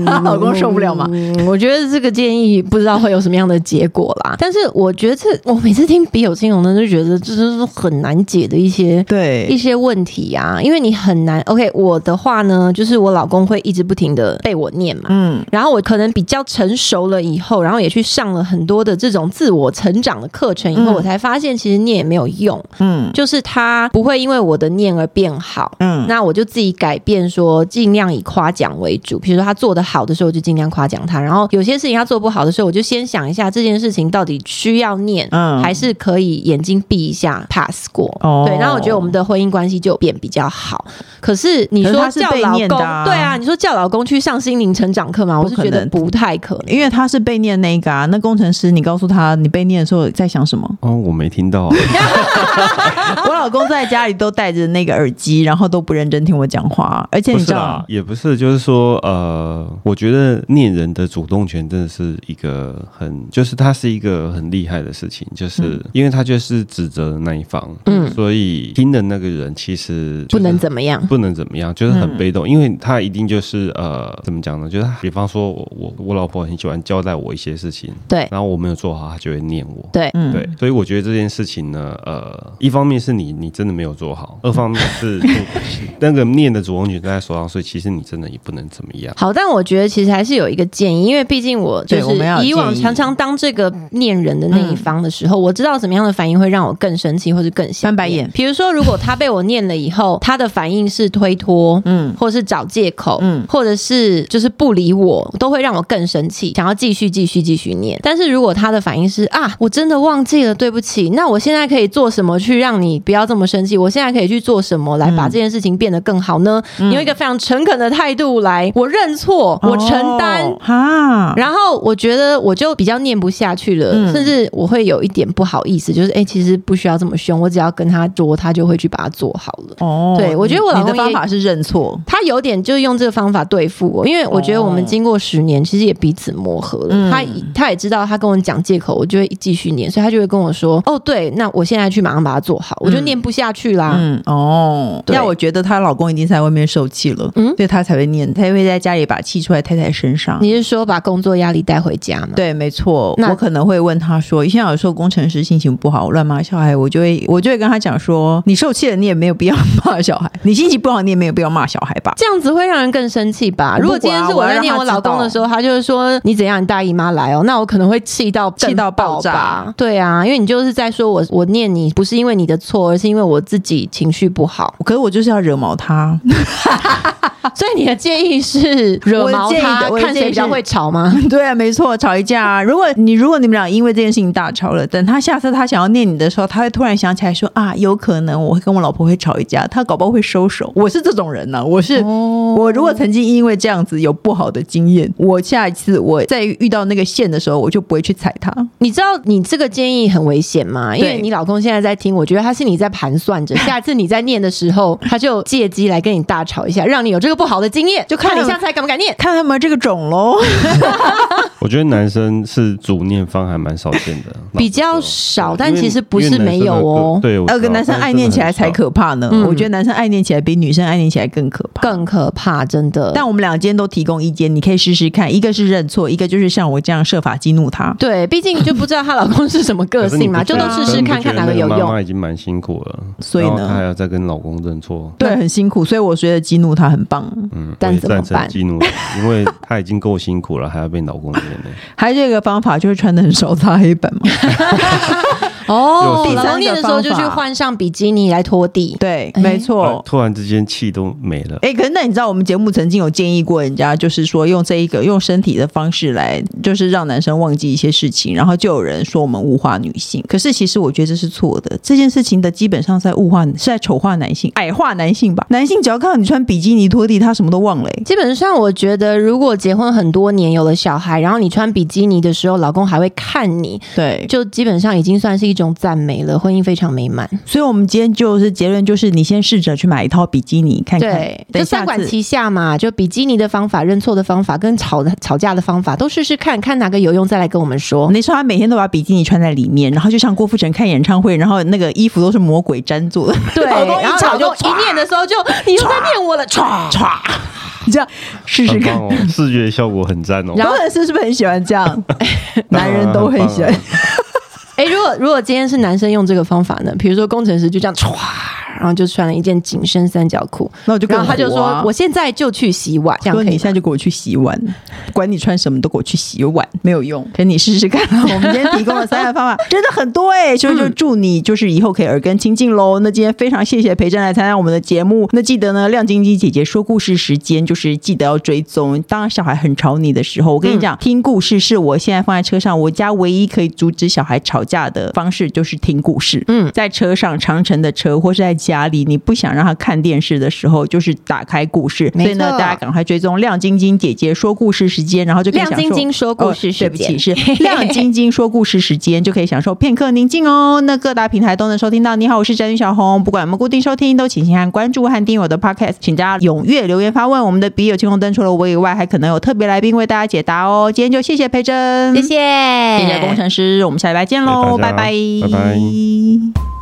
Speaker 1: 她、老公受不了嘛？
Speaker 2: 嗯，我觉得这个建议不知道会有什么样的结果啦。但是我觉得这，我每次听笔友金融的就觉得这就是很难解的一些一
Speaker 1: 对，
Speaker 2: 些问题啊，因为你很难。OK，我的话呢，就是我老公会一直不停的被我念嘛。
Speaker 1: 嗯，
Speaker 2: 然后我可能比较成熟了以后，然后也去上了很多的这种自我成长的课程以后，
Speaker 1: 嗯
Speaker 2: 我才发现其实念也没有用，
Speaker 1: 嗯
Speaker 2: 就是他不会因为我的念而变好。
Speaker 1: 嗯，
Speaker 2: 那我就自己改变说，尽量以夸奖为主。比如说他做的好的时候，我就尽量夸奖他；然后有些事情他做不好的时候，我就先想一下这件事情到底需要念，
Speaker 1: 嗯
Speaker 2: 还是可以眼睛闭一下 pass 过。
Speaker 1: 哦
Speaker 2: 对，然后我觉得我们的婚姻关系就变比较好。可是你说
Speaker 1: 可是他
Speaker 2: 叫
Speaker 1: 是被
Speaker 2: 老
Speaker 1: 念的
Speaker 2: 公，
Speaker 1: 啊
Speaker 2: 对啊，你说叫老公去上心灵成长课嘛，我是
Speaker 1: 不可
Speaker 2: 觉
Speaker 1: 能
Speaker 2: 得不太可能。
Speaker 1: 因为他是被念那个啊，那工程师，你告诉他你被念的时候在想什
Speaker 2: *laughs*
Speaker 1: 么？
Speaker 3: 哦，我没
Speaker 1: *laughs*
Speaker 3: 听到啊、
Speaker 1: 我老公在家里都戴着那个耳机，然后都不认真听我讲话，而且
Speaker 3: 不
Speaker 1: 你
Speaker 3: 是
Speaker 1: 知
Speaker 3: 啦
Speaker 1: 道，，
Speaker 3: 也不是，就是说，呃，我觉得念人的主动权真的是一个很，就是它是一个很厉害的事情，
Speaker 1: 嗯
Speaker 3: 就是、因为他就是指责的那一方，
Speaker 2: 嗯
Speaker 3: 嗯，所以听的那个人其实、
Speaker 2: 不能怎
Speaker 3: 么。
Speaker 2: 么样，
Speaker 3: 不能怎么样，就是
Speaker 2: 嗯
Speaker 3: 很被动，因为他一定就是呃，怎么讲呢？就是比方说我我我老婆很喜欢交代我一些事情，
Speaker 2: 对
Speaker 3: 然后我没有做好，她就会念我。
Speaker 2: 对，
Speaker 1: 嗯，
Speaker 3: 对，所以我觉得这件事情呢，呃，一方面是你你真的没有
Speaker 2: *laughs*
Speaker 3: 做好，二方面是那个念的主动权在手上，所以其实你真的也不能怎么样。
Speaker 2: 好，但我觉得其实还是有一个建议，因为毕竟我就
Speaker 1: 对我
Speaker 2: 是
Speaker 1: 们要有
Speaker 2: 以往
Speaker 1: 建议嗯
Speaker 2: 常常当这个念人的那一方的时候，我知道怎么样的反应会让我更生气或是更想
Speaker 1: 翻白
Speaker 2: 念
Speaker 1: 眼
Speaker 2: 比如说，如果他被我念了以后，他的反应是推说，嗯，或者是找借口，嗯，或者是就是不理我，都会让我更生气，想要继续继续继续念。但是如果他的反应是啊，我真的忘记了，对不起，那我现在可以做什么去让你不要这么生气？我现在可以去做什么来把这件事情变得更好呢？你用一个非常诚恳的态度来，我认错，我承担。
Speaker 1: 哦哈，
Speaker 2: 然后我觉得我就比较念不下去了，甚至我会有一点不好意思，就是哎、诶其实不需要这么凶，我只要跟他说，他就会去把它做好了。
Speaker 1: 哦
Speaker 2: 对我觉得我老
Speaker 1: 你的
Speaker 2: 公
Speaker 1: 方
Speaker 2: 也
Speaker 1: 法是认错，
Speaker 2: 他有点就是用这个方法对付我，因为我觉得我们经过十年，其实也彼此磨合了。他
Speaker 1: 嗯
Speaker 2: 他也知道，他跟我讲借口，我就会继续念，所以他就会跟我说：“
Speaker 1: 嗯
Speaker 2: 哦，对，那我现在去马上把它做好，我就念不下去啦。
Speaker 1: 嗯，哦，
Speaker 2: 啊对
Speaker 1: 那我觉得她老公一定在外面受气了，嗯，所以她才会念，她会在家里把气出在太太身上。
Speaker 2: 你是说把工作压力带回家吗？
Speaker 1: 对，没错，
Speaker 2: 那
Speaker 1: 我可能会问他说，像有时候工程师心情不好，乱骂小孩，我就会我就会跟他讲说，你受气了，你也没有必要骂小孩，你心情不好，你也没有必要骂小孩吧？
Speaker 2: 这样子会让人更生气吧？
Speaker 1: 我
Speaker 2: 如
Speaker 1: 不
Speaker 2: 果今天
Speaker 1: 管啊
Speaker 2: 是我
Speaker 1: 我要
Speaker 2: 在
Speaker 1: 让
Speaker 2: 念
Speaker 1: 他
Speaker 2: 我老公
Speaker 1: 知道
Speaker 2: 的时候，他就是说你怎样，你大姨妈来哦，那我可能会气到
Speaker 1: 气到
Speaker 2: 更
Speaker 1: 爆炸
Speaker 2: 吧。对啊，因为你就是在说我我念你不是因为你的错，而是因为我自己情绪不好。
Speaker 1: *laughs* 可是我就是要惹毛他，
Speaker 2: 所以你的建议是惹毛
Speaker 1: 我的建议
Speaker 2: 他
Speaker 1: 的，我的
Speaker 2: 看谁比较
Speaker 1: 建议是
Speaker 2: 会吵吗？
Speaker 1: *laughs* 对啊，没错，吵一架、啊。如果你如果你们俩因为这件事情大吵了，等他下次他想要念你的时候，他会突然想起来说啊，有可能我会跟我老婆会吵一架，他搞不好会收手。我是这种人呢、我是、我如果曾经因为这样子有不好的经验，我下一次我在遇到那个线的时候，我就不会去踩他。
Speaker 2: *laughs* 你知道你这个建议很危险吗？因为
Speaker 1: 对
Speaker 2: 你老公现在在听，我觉得他是你在盘算 *laughs* 着，下次你在念的时候，他就借机来跟你大吵一下，让你有这个不好的经验，就 *laughs* 看你下次还敢不敢念。
Speaker 1: 看他们这个种喽，
Speaker 3: 我觉得男生是主念方还蛮少见的，
Speaker 2: *laughs* 比较少但其实不是没有哦
Speaker 3: 因为因为男生的对，我知
Speaker 1: *laughs*
Speaker 3: 道
Speaker 1: 要跟男生爱念起来才可怕呢。
Speaker 2: 嗯
Speaker 1: 我觉得男生爱念起来比女生爱念起来更可怕。
Speaker 2: 更可怕，真的。
Speaker 1: 但我们俩今天都提供意见，你可以试试看。一个是认错，一个就是像我这样设法激怒他。
Speaker 2: 对，毕竟就不知道她老公是什么个
Speaker 3: *laughs* 可是你
Speaker 2: 性
Speaker 3: 不
Speaker 2: 嘛，就
Speaker 3: 觉
Speaker 2: 都
Speaker 3: 得
Speaker 2: 试试看看哪
Speaker 3: 你不觉
Speaker 2: 有
Speaker 3: 得那妈
Speaker 2: 用。
Speaker 3: 妈已经蛮辛苦了，
Speaker 1: 所以呢
Speaker 3: 然后她还要再跟老公认错。
Speaker 1: 对，很辛苦，所以我觉得激怒他很棒。
Speaker 3: 嗯，
Speaker 2: 但
Speaker 3: 我也
Speaker 2: 怎么
Speaker 3: 赞成
Speaker 2: 办
Speaker 3: 激怒她，因为她已经够辛苦了，还要被老公念
Speaker 1: *laughs*
Speaker 3: 呢。
Speaker 1: 还有一个方法就是穿的很少擦黑板嘛。
Speaker 2: 哦
Speaker 3: 有，
Speaker 2: 老公念的时候就
Speaker 1: 第
Speaker 2: 去
Speaker 1: 三个方法
Speaker 2: 换上比基尼来拖地。
Speaker 1: *laughs* 对，
Speaker 2: 哎
Speaker 1: 没
Speaker 3: 啊
Speaker 1: 错。
Speaker 3: 突然之间气都没了。
Speaker 1: 哎、可是那你知道我们节目曾经有建议过人家，就是说用这一个用身体的方式来，就是让男生忘记一些事情，然后就有人说我们物化女性。可是其实我觉得这是错的，这件事情的基本上是在物化，是在丑化男性、矮化男性吧。男性只要看到你穿比基尼拖地，他什么都忘了、欸。
Speaker 2: 基本上，我觉得如果结婚很多年，有了小孩，然后你穿比基尼的时候，老公还会看你，
Speaker 1: 对，
Speaker 2: 就基本上已经算是一种赞美了，婚姻非常美满。
Speaker 1: 所以我们今天就是结论，就是你先试着去买一套比基尼看看，
Speaker 2: 哎对，
Speaker 1: 等
Speaker 2: 就
Speaker 1: 下
Speaker 2: 三管
Speaker 1: 次
Speaker 2: 齐下嘛，就比基尼的方法、认错的方法跟吵吵架的方法都试试看，看哪个有用再来跟我们说。
Speaker 1: 你说他每天都把比基尼穿在里面，然后就像郭富城看演唱会，然后那个衣服都是魔鬼粘住的，
Speaker 2: 对，
Speaker 1: *laughs* 老公一
Speaker 2: 然后
Speaker 1: 吵
Speaker 2: 老
Speaker 1: 就
Speaker 2: 公一念的时候就你又在念我了，唰唰，
Speaker 1: 你这样试试
Speaker 3: 很
Speaker 1: 看
Speaker 3: 棒。哦，视觉效果很赞哦。
Speaker 2: 然后
Speaker 1: 工程师是不是很喜欢这 *laughs* 样？
Speaker 3: 当
Speaker 1: 男
Speaker 3: 然
Speaker 1: 人都很喜欢
Speaker 3: 很。
Speaker 2: 哎、如果如果今天是男生用这个方法呢？比如说工程师就这样歘，然后就穿了一件紧身三角裤，
Speaker 1: 那我就更
Speaker 2: 然后他就
Speaker 1: 火啊
Speaker 2: 说：“我现在就去洗碗，这样
Speaker 1: 说
Speaker 2: 可
Speaker 1: 你
Speaker 2: 以
Speaker 1: 现在就给我去洗碗，管你穿什么都给我去洗碗，没有用。可你试试看， *laughs* 我们今天提供了三个方法，真的很多哎、所以就祝你就是以后可以耳根清净喽。那今天非常谢谢培珍来参加我们的节目，那记得呢，亮晶晶姐姐说故事时间就是记得要追踪。当小孩很吵你的时候，我跟你讲，听故事是我现在放在车上，我家唯一可以阻止小孩吵架的方式就是听故事。嗯，在车上长城的车或是在家里，你不想让他看电视的时候，就是打开故事。所
Speaker 2: 没
Speaker 1: 以呢，
Speaker 2: 错
Speaker 1: 大家赶快追踪亮晶晶姐姐说故事时间，然后就可以享受
Speaker 2: 亮晶晶说故事时间
Speaker 1: 哦对不起，是亮晶晶说故事时间，就可以享受片刻宁静哦。那各大平台都能收听到。你好，我是詹女小红。不管我们固定收听，都请先按关注和订阅我的 podcast，请大家踊跃留言发问。我们的笔友青红灯除了我以外，还可能有特别来宾为大家解答哦。今天就谢谢培珍，
Speaker 4: 谢谢
Speaker 3: 哎
Speaker 1: 谢谢工程师，我们下礼拜见喽，
Speaker 3: 谢谢大家拜拜
Speaker 1: 拜